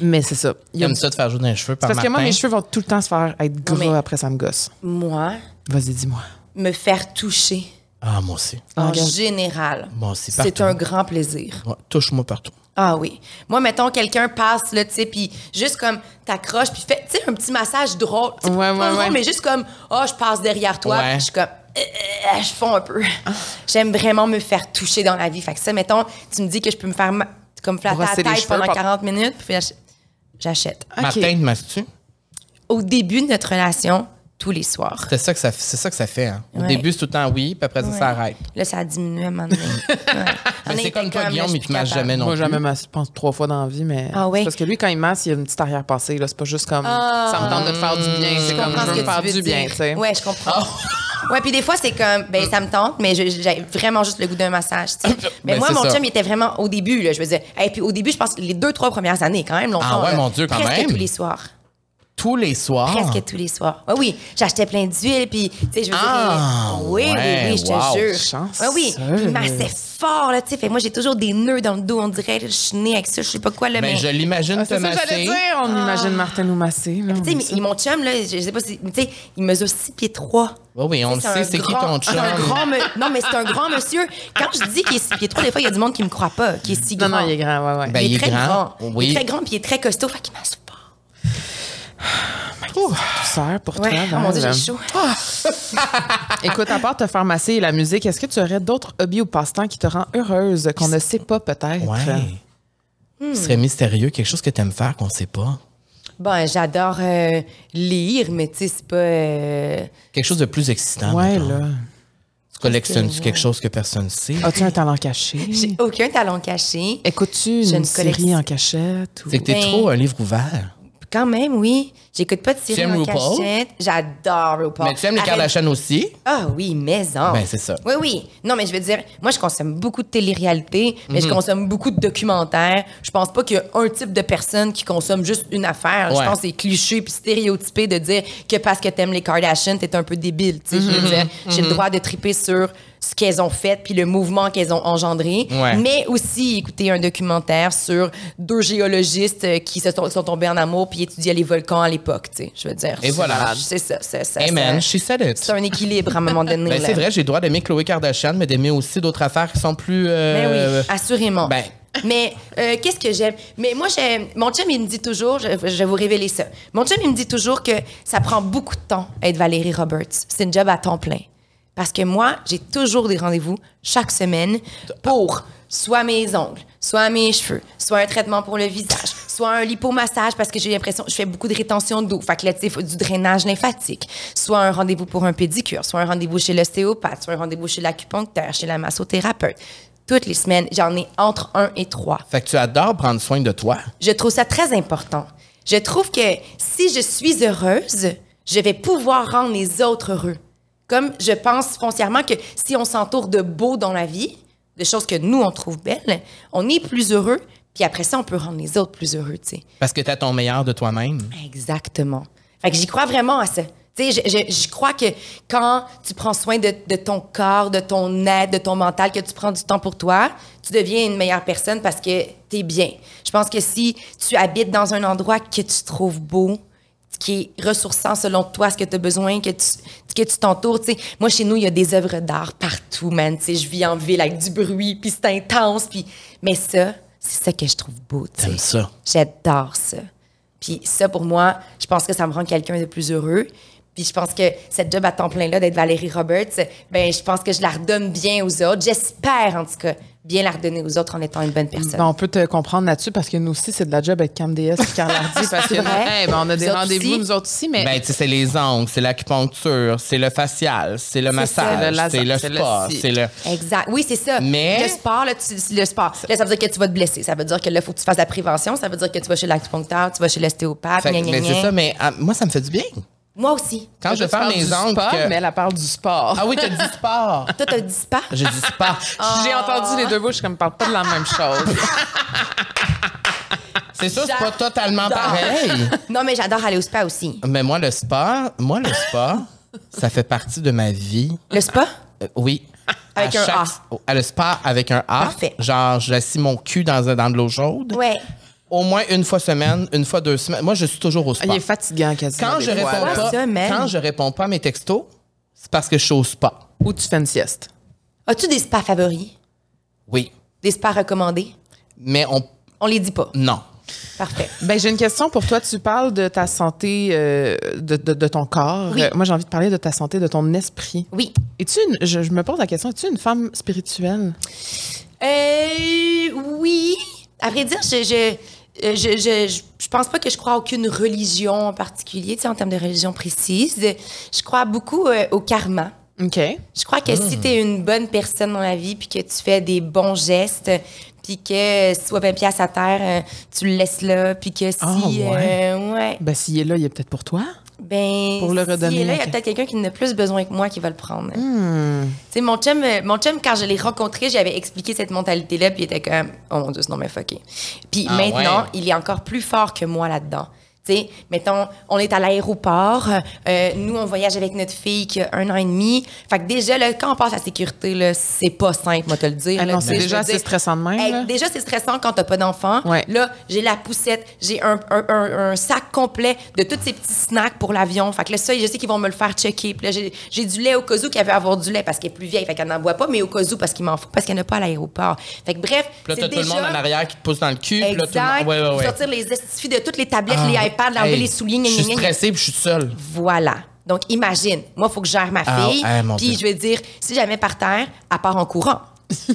Mais c'est ça. Il y a J'aime ça de faire jouer dans les cheveux par parce que moi, Martin. mes cheveux vont tout le temps se faire être gras Non, mais- après ça me gosse. Moi, Vas-y, dis-moi. me faire toucher Ah, moi aussi. en regarde. général, Bon, c'est c'est partout. un grand plaisir. Ouais, Touche-moi partout. Ah oui. Moi, mettons, quelqu'un passe, là, tu sais, puis juste comme t'accroches, puis fais, tu sais, un petit massage drôle. Tu sais, Ouais, pas ouais, drôle, ouais. mais juste comme, oh, je passe derrière toi, Ouais. puis je suis comme, euh, euh, je fonds un peu. J'aime vraiment me faire toucher dans la vie. Fait que ça, mettons, tu me dis que je peux me faire, ma- comme, flatter Brosser la les tête cheveux pendant par- 40 minutes, puis j'ach- j'achète. Ok. Martin, te masses-tu? Au début de notre relation, tous les soirs. C'est ça que ça, c'est ça, que ça fait. hein. Au Ouais. début, c'est tout le temps oui, puis après ça, Ouais. Ah, ça arrête. Là, ça a diminué à un moment donné. Ouais. Mais On c'est était comme toi, là, Guillaume, je suis il te plus masse capable. jamais non Moi, plus. jamais massé, je pense, trois fois dans la vie, mais. Ah ouais? c'est Parce que lui, quand il masse, il y a une petite arrière-pensée, là. C'est pas juste comme. Ah. ça me tente de te faire du bien. C'est Je comme comprends je ce veux que me faire tu veux du bien, dire. tu sais. Ouais, je comprends. Ouais, puis des fois, c'est comme, ben, ça me tente, mais je- j'ai vraiment juste le goût d'un massage, tu sais. Mais Ben, moi, c'est mon ça. chum, il était vraiment au début, là. Je veux dire, et puis au début, je pense que les deux, trois premières années, quand même, longtemps. Ah ouais, là. mon Dieu, quand Presque même. Ah! tous les soirs. Tous les soirs. Presque tous les soirs. Ouais, oui, j'achetais plein d'huile, puis, tu sais, je veux dire. Ah, oui, oui, ouais, oui, je te wow, jure. chanceuse. Ouais, oui, puis il massait fort, là, tu sais. Fait que moi, j'ai toujours des nœuds dans le dos, on dirait, je suis née avec ça, je sais pas quoi, là, Mais ben, mais- je l'imagine te C'est ça que j'allais masser. dire. On imagine Martin nous masser. là, on Tu aime sais, Ah. mais ça. il- mon chum, là, je sais pas si. mais Tu sais, il mesure 6 pieds 3. Oui, oui, on le sait, c'est qui ton chum? Un grand me- non, mais c'est un grand monsieur. Quand je dis qu'il est 6 pieds 3, des fois, il y a du monde qui me croit pas, qu'il est si Non, grand. non, il est grand, ouais, ouais. Ben, il est très grand, grand. oui. Il est très grand, puis il est très costaud, fait qu'il masse pas. Douceur pour Ouais, toi. oh mon dieu, Val. j'ai chaud. Écoute, à part te faire masser et la musique, est-ce que tu aurais d'autres hobbies ou passe-temps qui te rendent heureuse, qu'on ne sait pas peut-être? Ouais. Ce serait mystérieux, quelque chose que t'aimes faire qu'on sait pas. Bon, j'adore euh, lire, mais tu sais, c'est pas. euh, Quelque chose de plus excitant. Ouais, mettons. là. Ah, Tu collectionnes-tu quelque chose que personne ne sait? As-tu un talent caché? J'ai aucun talent caché. Écoutes-tu Je une ne série collectionne- en cachette? Ou... C'est que t'es Ben- trop un livre ouvert. Quand même, oui. J'écoute pas de séries aimes en RuPaul? cachette. J'adore RuPaul. Mais tu aimes les Arrête- Kardashian aussi? Ah oui, maison. Ben, c'est ça. Oui, oui. Non, mais je veux dire, moi, je consomme beaucoup de télé-réalité, mais Mhm. je consomme beaucoup de documentaires. Je pense pas qu'il y a un type de personne qui consomme juste une affaire. Ouais. Je pense que c'est cliché puis stéréotypé de dire que parce que t'aimes les Kardashian, t'es un peu débile. Tu sais, je Mhm. veux dire, j'ai le droit de triper sur ce qu'elles ont fait puis le mouvement qu'elles ont engendré. Ouais. Mais aussi écouter un documentaire sur deux géologistes euh, qui se sont, sont tombés en amour puis étudiaient les volcans à l'époque, tu sais, je veux dire. Et voilà. C'est ça, c'est ça. Amen, ça- she said it. c'est un équilibre à un moment donné. Ben, là. c'est vrai, j'ai le droit d'aimer Chloé Kardashian, mais d'aimer aussi d'autres affaires qui sont plus. euh, Ben oui, assurément. ben. Mais euh, qu'est-ce que j'aime? Mais moi, j'aime. Mon chum, il me dit toujours, je, je vais vous révéler ça. Mon chum, il me dit toujours que ça prend beaucoup de temps être Valérie Roberts. C'est une job à temps plein. Parce que moi, j'ai toujours des rendez-vous chaque semaine pour soit mes ongles, soit mes cheveux, soit un traitement pour le visage, soit un lipomassage parce que j'ai l'impression je fais beaucoup de rétention d'eau. Fait que là, tu sais, faut du drainage lymphatique, soit un rendez-vous pour un pédicure, soit un rendez-vous chez l'ostéopathe, soit un rendez-vous chez l'acupuncteur, chez la massothérapeute. Toutes les semaines, j'en ai entre un et trois. Fait que tu adores prendre soin de toi. Je trouve ça très important. Je trouve que si je suis heureuse, je vais pouvoir rendre les autres heureux. Comme je pense foncièrement que si on s'entoure de beau dans la vie, de choses que nous, on trouve belles, on est plus heureux, puis après ça, on peut rendre les autres plus heureux, tu sais. Parce que tu as ton meilleur de toi-même. Exactement. Fait que j'y crois vraiment à ça. Tu sais, je, je- je crois que quand tu prends soin de, de ton corps, de ton être, de ton mental, que tu prends du temps pour toi, tu deviens une meilleure personne parce que t'es bien. Je pense que si tu habites dans un endroit que tu trouves beau, qui est ressourçant selon toi, ce que tu as besoin, que tu que tu t'entoures. tu sais. Moi, chez nous, il y a des œuvres d'art partout, man. Tu sais, je vis en ville avec du bruit, puis c'est intense. puis Mais ça, c'est ça que je trouve beau. tu sais. T'aimes ça. J'adore ça. Puis ça, pour moi, je pense que ça me rend quelqu'un de plus heureux. Puis je pense que cette job à temps plein-là d'être Valérie Roberts, ben je pense que je la redonne bien aux autres. J'espère, en tout cas, bien la redonner aux autres en étant une bonne personne. Ben, on peut te comprendre là-dessus parce que nous aussi, c'est de la job être Cam DS et *laughs* Carl Hardy, parce que C'est vrai. eh, ben, on a Vous des autres rendez-vous, aussi. nous autres aussi, mais Ben, tu sais, c'est les ongles, c'est l'acupuncture, c'est le facial, c'est le C'est le massage, laser, c'est le c'est le sport, ci. c'est le. Exact. Oui, c'est ça. Mais- Le sport, là, tu- le sport. Là, ça veut dire que tu vas te blesser. Ça veut dire que là, faut que tu fasses la prévention. Ça veut dire que tu vas chez l'acupuncteur, tu vas chez Ah, l'ostéopathe. Fait que- gna, gna, mais gna. c'est ça, mais ah, moi, ça me fait du bien. Moi aussi. Quand je de faire fais du mes ongles. sport, que- mais elle elle parle du sport. Ah oui, t'as dit sport. Toi, t'as dit pas? J'ai dit *laughs* sport. J'ai entendu les deux mots, je suis comme, parle pas de la *laughs* même chose. C'est sûr, c'est pas totalement pareil. Non, mais j'adore aller au spa aussi. Mais moi, le sport, moi, le sport, ça fait partie de ma vie. Le spa? Euh, *laughs* oui. Avec un A. oh, à le spa avec un A. Parfait. Genre, j'assis mon cul dans, un- dans de l'eau chaude. Ouais. Au moins une fois semaine, une fois deux semaines. Moi, je suis toujours au spa. Ah, Il est fatigant quasiment. Quand des je fois, réponds là. pas, semaines. quand je réponds pas à mes textos, c'est parce que je suis au spa. Ou tu fais une sieste. As-tu des spas favoris? Oui. Des spas recommandés? Mais on. On les dit pas. Non. Parfait. Ben, j'ai une question pour toi. Tu parles de ta santé, euh, de, de- de ton corps. Oui. Euh, Moi, j'ai envie de parler de ta santé, de ton esprit. Oui. Es-tu une- je, je me pose la question, es-tu une femme spirituelle? Euh, oui. À vrai dire, je, je, euh, je, je, je- je pense pas que je crois à aucune religion en particulier, tu sais, en termes de religion précise. Je crois beaucoup euh, au karma. OK. Je crois que Ah. si tu es une bonne personne dans la vie, puis que tu fais des bons gestes, puis que euh, si tu vois 20 piastres à terre, euh, tu le laisses là, puis que si... Ah, ouais. euh, ouais. Ben, s'il est là, il est peut-être pour toi. Ben, Pour le s'il redonner est là, à il y a quel- peut-être quelqu'un qui en a plus besoin que moi qui va le prendre. Tu sais, mon chum, euh, mon chum, quand je l'ai rencontré, j'avais expliqué cette mentalité-là, puis il était comme, oh mon Dieu, ce nom m'a fucké. Puis Ah maintenant, ouais. il est encore plus fort que moi là-dedans. Tu sais, mettons, on est à l'aéroport, euh, nous, on voyage avec notre fille qui a un an et demi. Fait que déjà, là, quand on passe à la sécurité, là, c'est pas simple, moi, te le dire. Ah là, non, tu c'est sais, déjà je veux dire, assez stressant de même, hey, là. Déjà, c'est stressant quand t'as pas d'enfant. Ouais. Là, j'ai la poussette, j'ai un, un- un- un sac complet de tous ces petits snacks pour l'avion. Fait que là, ça, je sais qu'ils vont me le faire checker. Puis là, j'ai j'ai du lait au cas où qu'elle veut avoir du lait parce qu'elle est plus vieille. Fait qu'elle n'en boit pas, mais au cas où parce qu'il m'en faut, parce qu'elle n'a pas à l'aéroport. Fait que bref, Puis là, c'est t'as tout le déjà- monde en arrière qui te pousse dans le cul. puis là, tout le Exact. monde- Ouais, ouais, ouais. Sortir les estifis de toutes les tablettes, Ah, les iPads, l'enlever hey, les souliers, gna, Je gna, suis gna, gna. stressée puis je suis seule. Voilà. Donc, imagine, moi, il faut que je gère ma Ah, fille. ah, mon puis, Dieu. je vais dire, si jamais par terre, à part *laughs* en courant. tu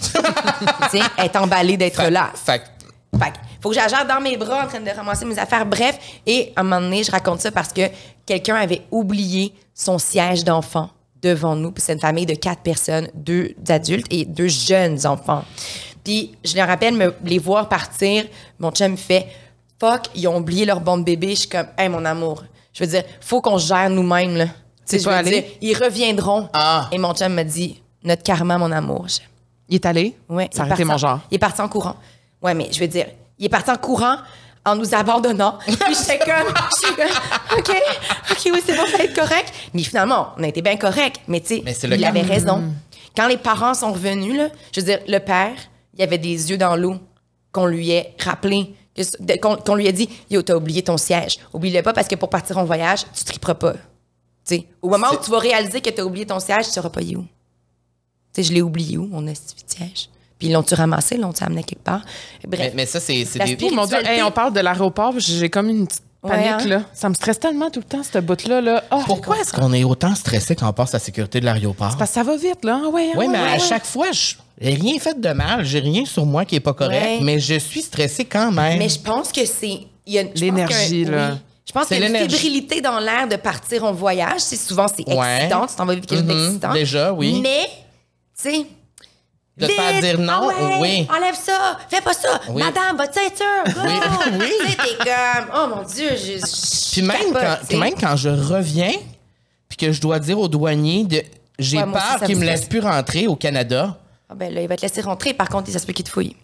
sais, être emballée d'être Fait- là. Fait que Fait que faut que j'agère dans mes bras en train de ramasser mes affaires. Bref, et à un moment donné, je raconte ça parce que quelqu'un avait oublié son siège d'enfant devant nous. Puis c'est une famille de quatre personnes, deux adultes et deux jeunes enfants. Puis je leur rappelle me, les voir partir. Mon chum me fait fuck, ils ont oublié leur bon de bébé. Je suis comme, hey mon amour, je veux dire, faut qu'on se gère nous-mêmes là. Tu sais, je pas veux allé? dire, ils reviendront. Ah. Et mon chum me dit, notre karma, mon amour. Je- Il est allé? Ouais, il est Ça a arrêté parti mon en- genre. Il est parti en courant. Ouais, mais je veux dire, il est parti en courant en *laughs* nous abandonnant. Puis j'étais comme, je suis comme, OK, OK, oui, c'est bon, ça va être correct. Mais finalement, on a été bien correct. Mais tu Mais c'est sais, le il cas. avait raison. Quand les parents sont revenus, là, je veux dire, le père, il avait des yeux dans l'eau qu'on lui ait rappelé. que- de- Qu'on qu'on lui ait dit, yo, t'as oublié ton siège. Oublie-le pas parce que pour partir en voyage, tu triperas pas. Tu sais, au moment où tu vas réaliser que t'as oublié ton siège, tu sauras pas il est où. Tu sais, je l'ai oublié où, mon esti de siège. Puis ils l'ont-tu ramassé, l'ont-tu amené quelque part? Bref. Mais, mais ça, c'est c'est La des. spiritualité. Mon Dieu, hey, on parle de l'aéroport, j'ai comme une petite panique, hein? là. Ça me stresse tellement tout le temps, cette bout-là. Là. Ah, Pourquoi est-ce qu'on est autant stressé quand on passe la sécurité de l'aéroport? Parce que ça va vite, là. Ah ouais, ah Oui, ouais, mais ouais, à ouais. chaque fois, je j'ai rien fait de mal, j'ai rien sur moi qui est pas correct, Ouais. mais je suis stressé quand même. Mais je pense que c'est. il y a- je pense L'énergie, que- là. oui. Je pense C'est qu'il y a une l'énergie. fébrilité dans l'air de partir en voyage. C'est souvent, c'est Ouais. excitant. Tu t'en vas vivre quelque chose Mhm. d'excitant. Déjà, oui. Mais, tu sais. De te vite, faire dire non, ah ouais, oui. Enlève ça, fais pas ça. Oui. Madame, votre ceinture, go. Oui. *laughs* Oui. Tu sais, t'es comme, oh mon Dieu, je. je Puis même, capote, quand, tu sais. même quand je reviens, puis que je dois dire au douanier de j'ai Ouais, moi aussi, peur ça qu'il me me stresse. laisse plus rentrer au Canada, Ah ben là, il va te laisser rentrer. Par contre, ça se peut qu'il te fouille.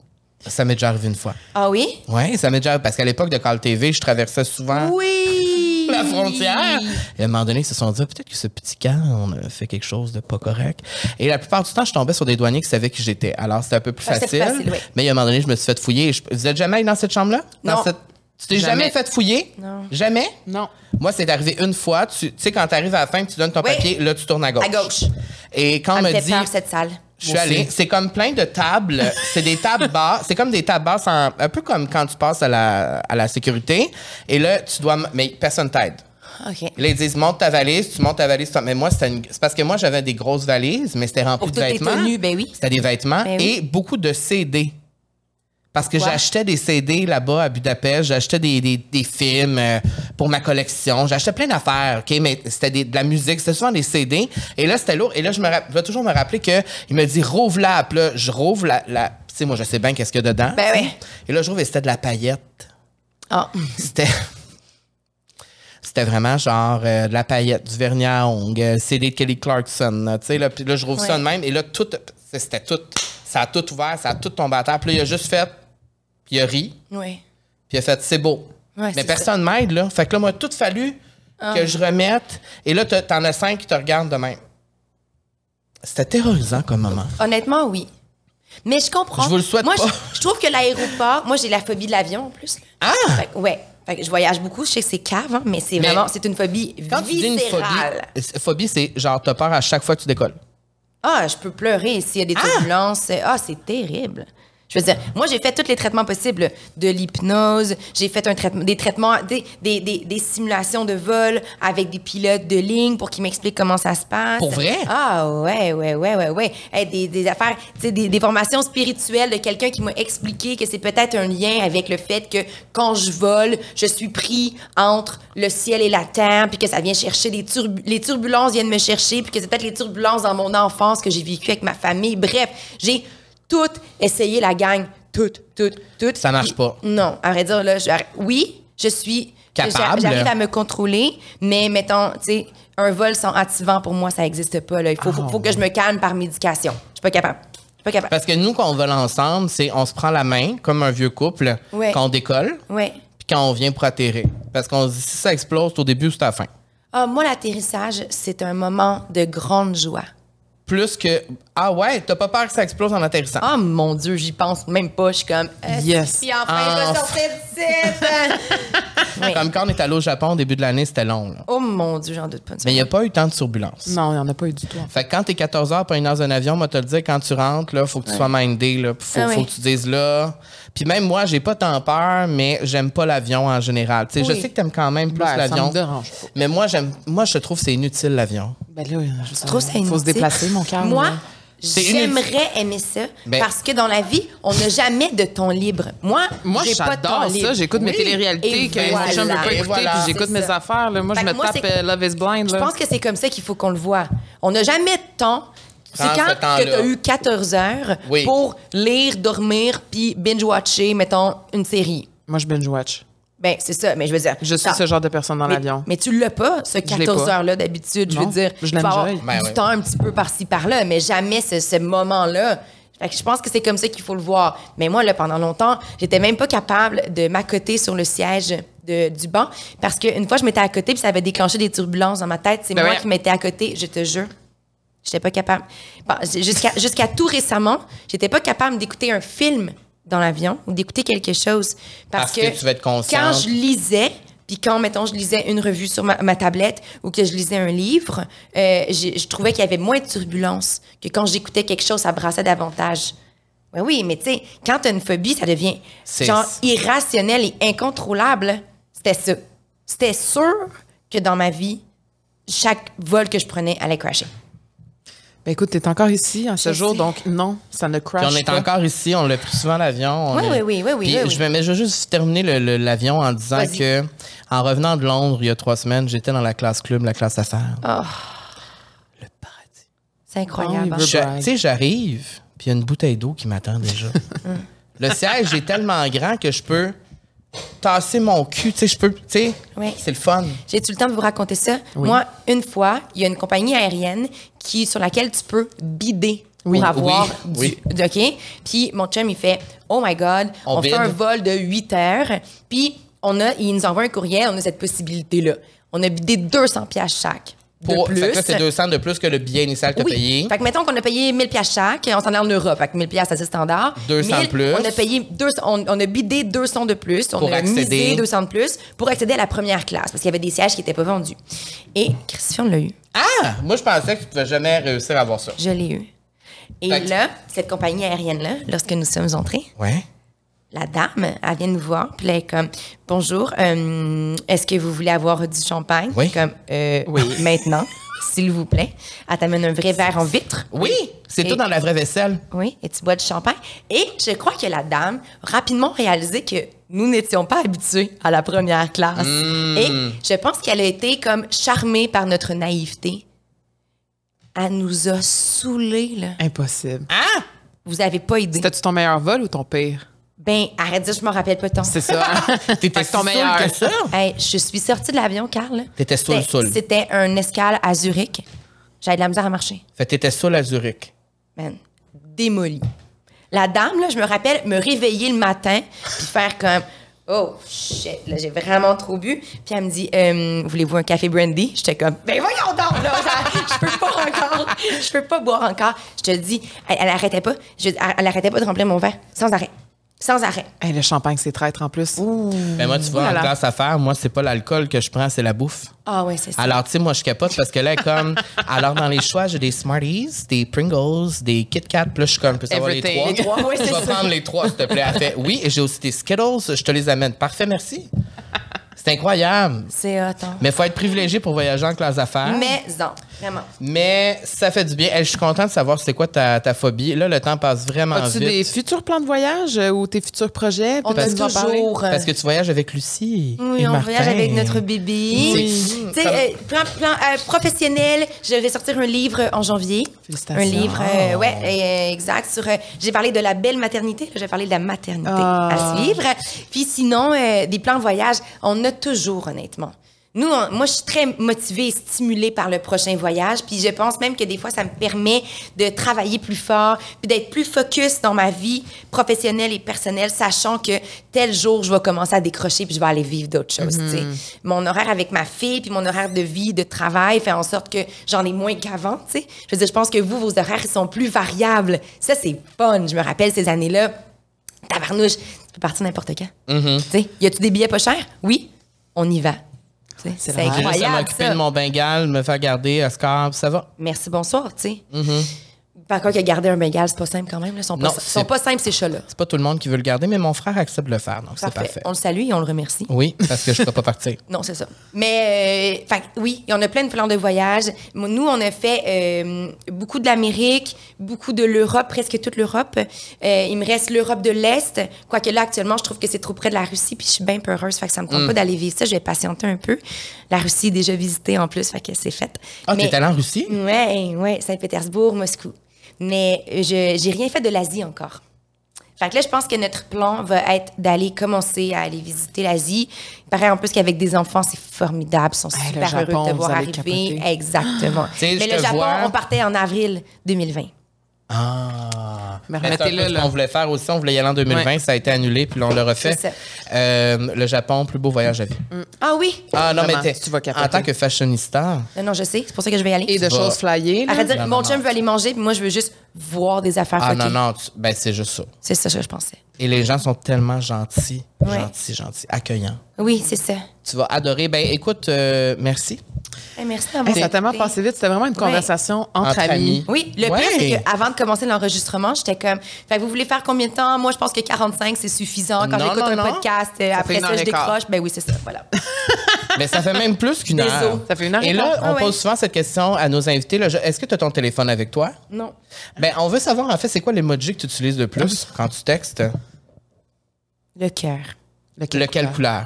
ça m'est déjà arrivé une fois. Ah oui? Oui, ça m'est déjà arrivé parce qu'à l'époque de Call TV, je traversais souvent Oui! Ah. la frontière. Et à un moment donné, ils se sont dit Ah, peut-être que ce petit camp, on a fait quelque chose de pas correct. Et la plupart du temps, je tombais sur des douaniers qui savaient qui j'étais. Alors, c'était un peu plus Ah, facile. c'était facile, oui. Mais à un moment donné, je me suis fait fouiller. Je- Vous êtes jamais allé dans cette chambre-là? Dans Non. cette- Tu t'es jamais. Jamais. fait fouiller? Non. Jamais? Non. Moi, c'est arrivé une fois. Tu tu sais, quand t'arrives à la fin, tu donnes ton Oui. papier, là, tu tournes à gauche. À gauche. Et quand on Elle me me fait dit, peur, cette salle. je suis allée, c'est comme plein de *laughs* tables. c'est des tables basses. C'est comme des tables basses, en- un peu comme quand tu passes à la, à la sécurité. Et là, tu dois. m- Mais personne t'aide. OK. Là, ils disent, monte ta valise, tu montes ta valise. tu- Mais moi, c'était une- c'est parce que moi, j'avais des grosses valises, mais c'était rempli Pour de toutes tes vêtements. tenues, ben oui. C'était des vêtements Ben oui. et beaucoup de CD. Parce que Pourquoi? j'achetais des CD là-bas à Budapest, j'achetais des, des- des films euh, pour ma collection, j'achetais plein d'affaires, OK? Mais c'était des- de la musique, c'était souvent des CD. Et là, c'était lourd. Et là, je, me rapp- je vais toujours me rappeler que il me dit, rouvre-la. Puis là, je rouvre la. la... Tu sais, moi, je sais bien qu'est-ce qu'il y a dedans. Ben oui. Et là, je rouvre et c'était de la paillette. Ah. C'était. C'était vraiment genre euh, de la paillette, du vernis à ongles, euh, CD de Kelly Clarkson. là, Tu sais, là, puis là, je rouvre ça Ouais. de même. Et là, tout. C'était tout. Ça a tout ouvert, ça a tout tombé à terre. Puis là, il a juste fait. Puis il a ri. Oui. Puis il a fait, c'est beau. Ouais, Mais c'est Ah. personne m'aide, là. Fait que là, moi, tout fallu que je remette. Et là, t'as- t'en as cinq qui te regardent de même. C'était terrorisant comme moment. Honnêtement, oui. Mais je comprends. Je vous le souhaite moi, pas. Je, je trouve que l'aéroport, moi, j'ai la phobie de l'avion en plus. Ah! Fait que, ouais. Fait que je voyage beaucoup, je sais que c'est cave, hein, mais c'est Mais vraiment, c'est une phobie Quand tu dis une viscérale. phobie, phobie, c'est genre, t'as peur à chaque fois que tu décolles. Ah, je peux pleurer s'il y a des turbulences. Ah, c'est terrible. Je veux dire, moi, j'ai fait tous les traitements possibles. De l'hypnose, j'ai fait un traitement, des traitements, des, des, des, des simulations de vol avec des pilotes de ligne pour qu'ils m'expliquent comment ça se passe. Pour vrai? Ah, ouais, ouais, ouais, ouais, ouais. Eh, des, des affaires, tu sais, des, des formations spirituelles de quelqu'un qui m'a expliqué que c'est peut-être un lien avec le fait que quand je vole, je suis pris entre le ciel et la terre, puis que ça vient chercher des turbu- les turbulences viennent me chercher, puis que c'est peut-être les turbulences dans mon enfance que j'ai vécu avec ma famille. Bref, j'ai tout essayé la gang, tout, tout, tout. Ça marche pas. Non, à vrai dire là, je- oui, je suis Capable. J'arrive à me contrôler, mais mettons, tu sais, un vol sans activant, pour moi, ça n'existe pas. Là. Il faut, faut- faut que je me calme par médication. Je suis pas capable. Je suis pas capable. Parce que nous, quand on vole ensemble, c'est on se prend la main comme un vieux couple Ouais. quand on décolle, Ouais. puis quand on vient pour atterrir. Parce qu'on se dit si ça explose, c'est au début ou c'est à la fin. Ah, moi, l'atterrissage, c'est un moment de grande joie. Plus que ah ouais, t'as pas peur que ça explose en atterrissant. Ah, mon Dieu, j'y pense même pas. Je suis comme. euh, Yes. Puis enfin, je Enfin. vais sortir *laughs* de site. Ah. Comme quand on est allé au Japon au début de l'année, c'était long. là. Oh mon Dieu, j'en doute pas. une Mais il n'y a pas eu tant de turbulences. Mm. Non, il n'y en a pas eu du tout. en fait. Fait que quand t'es 14 heures, pas une heure dans un avion, moi, te le dire, quand tu rentres, là, faut que tu sois mindé, là. puis Faut, Ah faut oui. que tu dises là. Puis même moi, j'ai pas tant peur, mais j'aime pas l'avion en général. Tu sais, je Oui. sais que t'aimes quand même plus Ben, ça l'avion. me dérange pas. Mais moi, j'aime, moi, je trouve que c'est inutile l'avion. Ben là, je Je trouve ça Il faut se inutile. déplacer, mon cœur. Moi, là. C'est inutile. j'aimerais aimer ça Ben- parce que dans la vie, on n'a jamais de temps libre. Moi, Moi, j'ai pas de temps j'adore ça. libre. J'écoute mes Oui. téléréalités Et que mon voilà. chum veut pas Et écouter, voilà. puis j'écoute C'est mes ça. affaires. là. Moi, je Fait que me moi, tape c'est- euh, Love is Blind. Je là. pense que c'est comme ça qu'il faut qu'on le voit. On n'a jamais de temps. C'est Prends ce quand temps-là. que tu as eu 14 heures Oui. pour lire, dormir, puis binge-watcher, mettons, une série. Moi, je binge-watch. Ben, c'est ça, mais je veux dire... Je suis ça- ce genre de personne dans mais, l'avion. Mais tu l'as pas, ce l'ai 14 pas. heures-là d'habitude. Je veux Non, dire, je tu vas avoir l'enjoy. du Ben ouais. temps un petit peu par-ci, par-là, mais jamais ce, ce moment-là. Fait que je pense que c'est comme ça qu'il faut le voir. Mais moi, là, pendant longtemps, j'étais même pas capable de m'accoter sur le siège de- du banc parce qu'une fois, je m'étais à côté puis ça avait déclenché des turbulences dans ma tête. C'est Ben moi ouais. qui m'étais à côté, je te jure. J'étais pas capable. Bon, j- Jusqu'à jusqu'à tout récemment, j'étais pas capable d'écouter un film dans l'avion ou d'écouter quelque chose Parce parce, que tu vas être consciente. quand je lisais, puis quand, mettons, je lisais une revue sur ma, ma tablette ou que je lisais un livre, euh, j'ai- je, trouvais qu'il y avait moins de turbulence que quand j'écoutais quelque chose, ça brassait davantage. Oui, oui, mais tu sais, quand t'as une phobie, ça devient C'est- genre irrationnel et incontrôlable. C'était ça. c'était sûr que dans ma vie, chaque vol que je prenais allait crasher. Ben écoute, t'es encore ici en ce Je jour, sais. donc non, ça ne crash Puis on est pas. encore ici, on l'a pris souvent l'avion. on Oui, est- oui, oui, oui, oui, Puis oui, je, oui. vais- mais je vais juste terminer le- le- l'avion en disant Vas-y. que, en revenant de Londres il y a trois semaines, j'étais dans la classe club, la classe affaires. Oh, Le paradis. c'est incroyable. Ah, hein. il Je- brag. Tu sais, j'arrive, puis il y a une bouteille d'eau qui m'attend *laughs* déjà. Mm. le siège est tellement grand que je peux tasser mon cul. Tu sais, je peux. Tu sais, Oui. c'est le fun. J'ai-tu le temps de vous raconter ça? Moi, une fois, il y a une compagnie aérienne qui, sur laquelle tu peux bider Oui. pour avoir Oui. du... Oui. de- OK? Puis mon chum, il fait « Oh my God, On on, fait bide. un vol de 8 heures. » Puis on a, il nous envoie un courriel, on a cette possibilité-là. On a bidé 200 piastres chaque. Pour, de plus. Fait que là, c'est 200 de plus que le billet initial que tu as Oui. payé. Fait que mettons qu'on a payé 1000 pièces chaque, on s'en est en Europe, fait que 1000 pièces c'est standard. 200 1000, plus. On a payé deux, on, on a bidé 200 de plus, on Pour a accéder. misé 200 de plus pour accéder à la première classe parce qu'il y avait des sièges qui n'étaient pas vendus. Et Christian l'a eu. Ah! Moi, je pensais que tu pouvais jamais réussir à avoir ça. Je l'ai eu. Et Fait que- là, cette compagnie aérienne là, lorsque nous sommes entrés, Ouais. la dame, elle vient nous voir, puis elle est comme Bonjour, euh, est-ce que vous voulez avoir du champagne Oui. Comme Euh, maintenant, s'il vous plaît. Elle t'amène un vrai verre en vitre. Oui! C'est Et- tout dans la vraie vaisselle. Oui, et tu bois du champagne. Et je crois que la dame a rapidement réalisé que nous n'étions pas habitués à la première classe. Hmm. Et je pense qu'elle a été comme charmée par notre naïveté. Elle nous a saoulés, là. Impossible. Ah! Vous avez pas idée. C'était-tu ton meilleur vol ou ton pire? Ben, arrête de dire, je m'en rappelle pas tant. C'est *laughs* ça. T'étais Fait que ton si saoul meilleur. que ça? Hey, je suis sortie de l'avion, Carl. T'étais saoul, C'était- saoul. C'était un escale à Zurich. J'avais de la misère à marcher. Fait que t'étais saoul à Zurich. man, démolie. La dame, là, je me rappelle me réveiller le matin puis faire comme Oh shit, là, j'ai vraiment trop bu. Puis elle me dit Euh, Voulez-vous un café brandy J'étais comme Ben voyons donc, là, ça- je peux pas encore, je peux pas boire encore. Je te le dis, elle, elle arrêtait pas, Je- elle, elle arrêtait pas de remplir mon verre, sans arrêt, sans arrêt. Hey, le champagne, c'est traître en plus. Mais moi, tu vois, Ouh là en là. classe affaires, moi, c'est pas l'alcool que je prends, c'est la bouffe. Ah ouais, c'est ça. Alors, tu sais, moi, je capote parce que là, *laughs* comme. alors, dans les choix, j'ai des Smarties, des Pringles, des Kit Kat. Puis là, je suis comme, peux savoir les Everything. trois. Les trois, oui, Tu c'est vas ça. prendre les trois, s'il te plaît. Elle fait, oui, et j'ai aussi des Skittles, je te les amène. Parfait, merci. C'est incroyable. c'est hein. attends. Mais faut être privilégié pour voyager en classe d'affaires. Mais non, vraiment. Mais ça fait du bien. Elle, je suis contente de savoir c'est quoi ta, ta phobie. Là, le temps passe vraiment As-tu Ah, vite. des futurs plans de voyage euh, ou tes futurs projets? On a Peut-être tu vas en parler. toujours. Parce que tu voyages avec Lucie. euh, Oui, et on Martin. voyage avec notre bébé. Oui. Tu sais, euh, plan, plan, euh, professionnel, je vais sortir un livre euh, en janvier. Félicitations. Un livre, euh, ouais, euh, exact. Sur, euh, j'ai parlé de la belle maternité, je vais parler de la maternité Ah. à suivre. Puis sinon, euh, des plans voyage, on a toujours, honnêtement. Nous, on- moi, je suis très motivée et stimulée par le prochain voyage. Puis je pense même que des fois, ça me permet de travailler plus fort, puis d'être plus focus dans ma vie professionnelle et personnelle, sachant que tel jour, je vais commencer à décrocher, puis je vais aller vivre d'autres choses. tu sais. Mon horaire avec ma fille, puis mon horaire de vie, de travail, fait en sorte que j'en ai moins qu'avant. tu sais. Je veux dire, je pense que vous, vos horaires, ils sont plus variables. Ça, c'est fun. Je me rappelle ces années-là tabarnouche, tu peux partir n'importe quand. Mm-hmm. Tu sais, y a-tu des billets pas chers? Oui, on y va. Tu sais, C'est vrai. J'ai juste à incroyable. m'occuper Ça. de mon Bengale, me faire garder à Scarpe, ça va. Merci, bonsoir, tu sais. Par contre, que garder un Bengale, c'est pas simple quand même. Là. Ils sont, Mm-hmm. Non, pas, ils sont c'est- pas simples, ces chats-là. C'est pas tout le monde qui veut le garder, mais mon frère accepte de le faire, donc c'est parfait. On le salue et on le remercie. Oui, parce que je ne peux pas partir. Non, c'est ça. Mais, euh, fait que oui, on a plein de plans de voyage. Moi, Nous, on a fait euh, beaucoup de l'Amérique, beaucoup de l'Europe, presque toute l'Europe. Euh, il me reste l'Europe de l'Est. Quoique là, actuellement, je trouve que c'est trop près de la Russie, puis je suis bien peureuse. Fait que ça me Mm. tente pas d'aller vivre ça. Je vais patienter un peu. La Russie est déjà visitée en plus, fait que c'est fait. Ah, Mais- Mm. t'es allé en Russie? Ouais, ouais, Saint-Pétersbourg, Moscou. Mais euh, je j'ai rien fait de l'Asie encore. Fait que là, je pense que notre plan va être d'aller commencer à aller visiter l'Asie. Il paraît en plus qu'avec des enfants, c'est formidable. Ils sont Hey, le super Japon, heureux de te vous voir allez arriver. capoter. Exactement. sais, Mais je le te Japon, vois. on partait en avril 2020. Ah. Mais Ben, c'est un remettez-le, peu ce là. qu'on voulait faire aussi. On voulait y aller en 2020, Ouais. ça a été annulé, puis là, on le refait. C'est ça. Euh, le Japon, plus beau voyage à vie. Ah oui? Ah non, Vraiment, mais t'es- tu vas capoter. en tant que fashionista, Non, non, je sais. C'est pour ça que je vais y aller. Et de vas- choses flyées. là. Arrête de dire, Non, non, mon non. chum veut aller manger, puis moi, je veux juste voir des affaires. ah fuckées. non, non, tu- ben c'est juste ça. C'est ça que je pensais. Et les gens sont tellement gentils, Ouais. gentils, gentils, accueillants. Oui, c'est ça. Tu vas adorer. Ben écoute, euh, merci. Eh, merci d'avoir Hey, ça a tellement écouté. passé vite. C'était vraiment une conversation entre, Entre amis. amis. Oui, le Ouais. pire, c'est qu'avant de commencer l'enregistrement, j'étais comme, fait que vous voulez faire combien de temps? Moi, je pense que 45, c'est suffisant. Quand Non, j'écoute non, un non. podcast, Ça euh, fait après une heure ça, et je quart. décroche. Ben oui, c'est ça, *laughs* voilà. Mais ça fait même plus qu'une Désolé. heure. Ça fait une heure et Et là, quart. on Ah ouais. pose souvent cette question à nos invités. là, je- Est-ce que tu as ton téléphone avec toi? Non. Ben, on veut savoir, en fait, c'est quoi l'emoji que tu utilises le plus quand tu textes? Le cœur. Lequel Lequel couleur? couleur?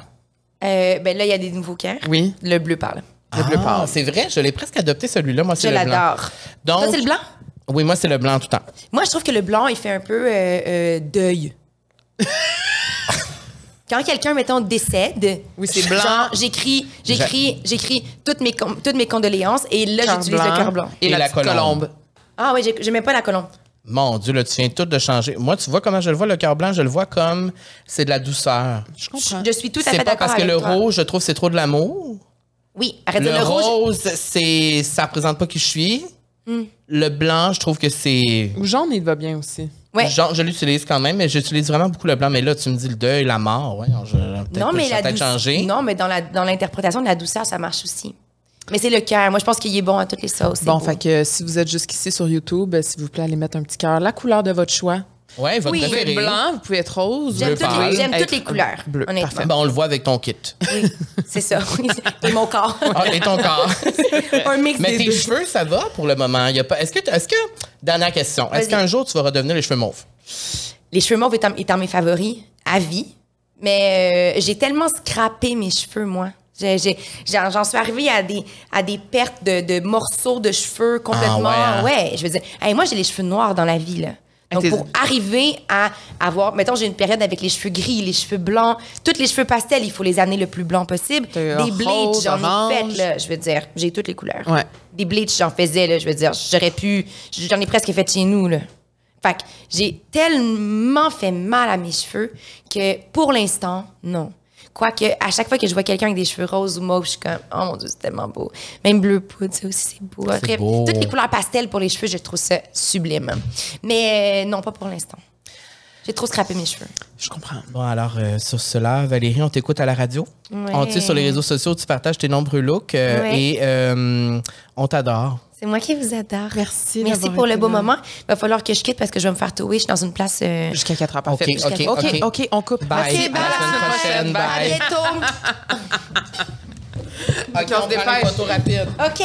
Euh, ben là, il y a des nouveaux cœurs. Oui. Le bleu parle. Le bleu pâle. Ah, C'est vrai, je l'ai presque adopté celui-là. Moi, Je c'est le blanc. l'adore. Donc- Toi, c'est le blanc? Oui, moi, c'est le blanc tout le temps. Moi, je trouve que le blanc, il fait un peu euh, *laughs* euh, deuil. Quand quelqu'un, mettons, décède, Oui, c'est blanc. genre, j'écris, j'écris, j'écris toutes mes, con- toutes mes condoléances et là, Cœur j'utilise blanc. le cœur blanc. Et, Et la, la petite colombe. colombe. Ah oui, j'ai- j'aimais pas la colombe. Mon Dieu, là, tu viens tout de changer. Moi, tu vois comment je le vois, le cœur blanc, je le vois comme c'est de la douceur. Je comprends. Je suis tout à C'est fait pas d'accord parce que avec le toi. rouge, je trouve, c'est trop de l'amour. Oui, arrête Le, le, rouge. Hmm. rose, c'est ça représente pas qui je suis. Le blanc, je trouve que c'est Ou jaune, il va bien aussi. Ouais. Genre, je l'utilise quand même, mais j'utilise vraiment beaucoup le blanc. Mais là, tu me dis le deuil, la mort, ouais. je- peut-être Non que mais, ça a la peut-être douce- changé. non, mais dans la- dans l'interprétation de la douceur, ça marche aussi. Mais c'est le cœur. Moi, je pense qu'il est bon à toutes les sauces. c'est Bon, beau. fait que euh, si vous êtes jusqu'ici sur YouTube, euh, s'il vous plaît, allez mettre un petit cœur. La couleur de votre choix. Ouais, votre Oui. Vous pouvez préféré. être blanc, vous pouvez être rose. J'aime vous toutes les- pouvez j'aime être toutes les couleurs, Bleu. honnêtement. Parfait. Ben, on le voit avec ton *laughs* kit. Oui, c'est ça. *laughs* Oui, c'est- et mon corps. Ah, et ton corps. Un mix Mais des tes deux. cheveux, ça va pour le moment. Il Y a pas... Est-ce que, est que. Dernière question. Est-ce Vas-y. qu'un jour, tu vas redevenir les cheveux mauves? Les cheveux mauves étant, étant mes favoris à vie. Mais euh, j'ai tellement scrappé mes cheveux, moi. J'ai- j'ai- J'en j'en suis arrivée à des, à des pertes de, de morceaux de cheveux complètement. Ah ouais, ouais, je veux dire. hey, moi, j'ai les cheveux noirs dans la vie, là. hein. Ah, Donc, t'es- pour arriver à avoir. Mettons, j'ai une période avec les cheveux gris, les cheveux blancs. Tous les cheveux pastels, il faut les amener le plus blanc possible. T'as rose, Des bleaches, j'en ai orange. fait, là. Je veux dire, j'ai toutes les couleurs. Ouais. Des bleaches, j'en faisais, là, je veux dire, j'aurais pu. J'en ai presque fait chez nous, là. Fait que j'ai tellement fait mal à mes cheveux que pour l'instant, non. Quoique, à chaque fois que je vois quelqu'un avec des cheveux roses ou mauves, je suis comme, oh mon Dieu, c'est tellement beau. Même bleu poudre, ça aussi, c'est beau. Bref, beau. Toutes les couleurs pastel pour les cheveux, je trouve ça sublime. Mais euh, non, pas pour l'instant. J'ai trop scrappé mes cheveux. Je comprends. Bon, alors, euh, sur cela, Valérie, on t'écoute à la radio. On t'est sur les réseaux sociaux, tu partages tes nombreux looks euh, Ouais. et euh, on t'adore. C'est moi qui vous adore. Merci Merci d'avoir pour le été beau là. moment. Il va falloir que je quitte parce que je vais me faire touer. Je suis dans une place. euh, Jusqu'à 4 heures. Parfait. Ok, Jusqu'à- ok, OK, ok. OK, on coupe. Bye. Merci. À la semaine prochaine. À Bye. bientôt. Ok, on se dépêche. photo rapide. OK.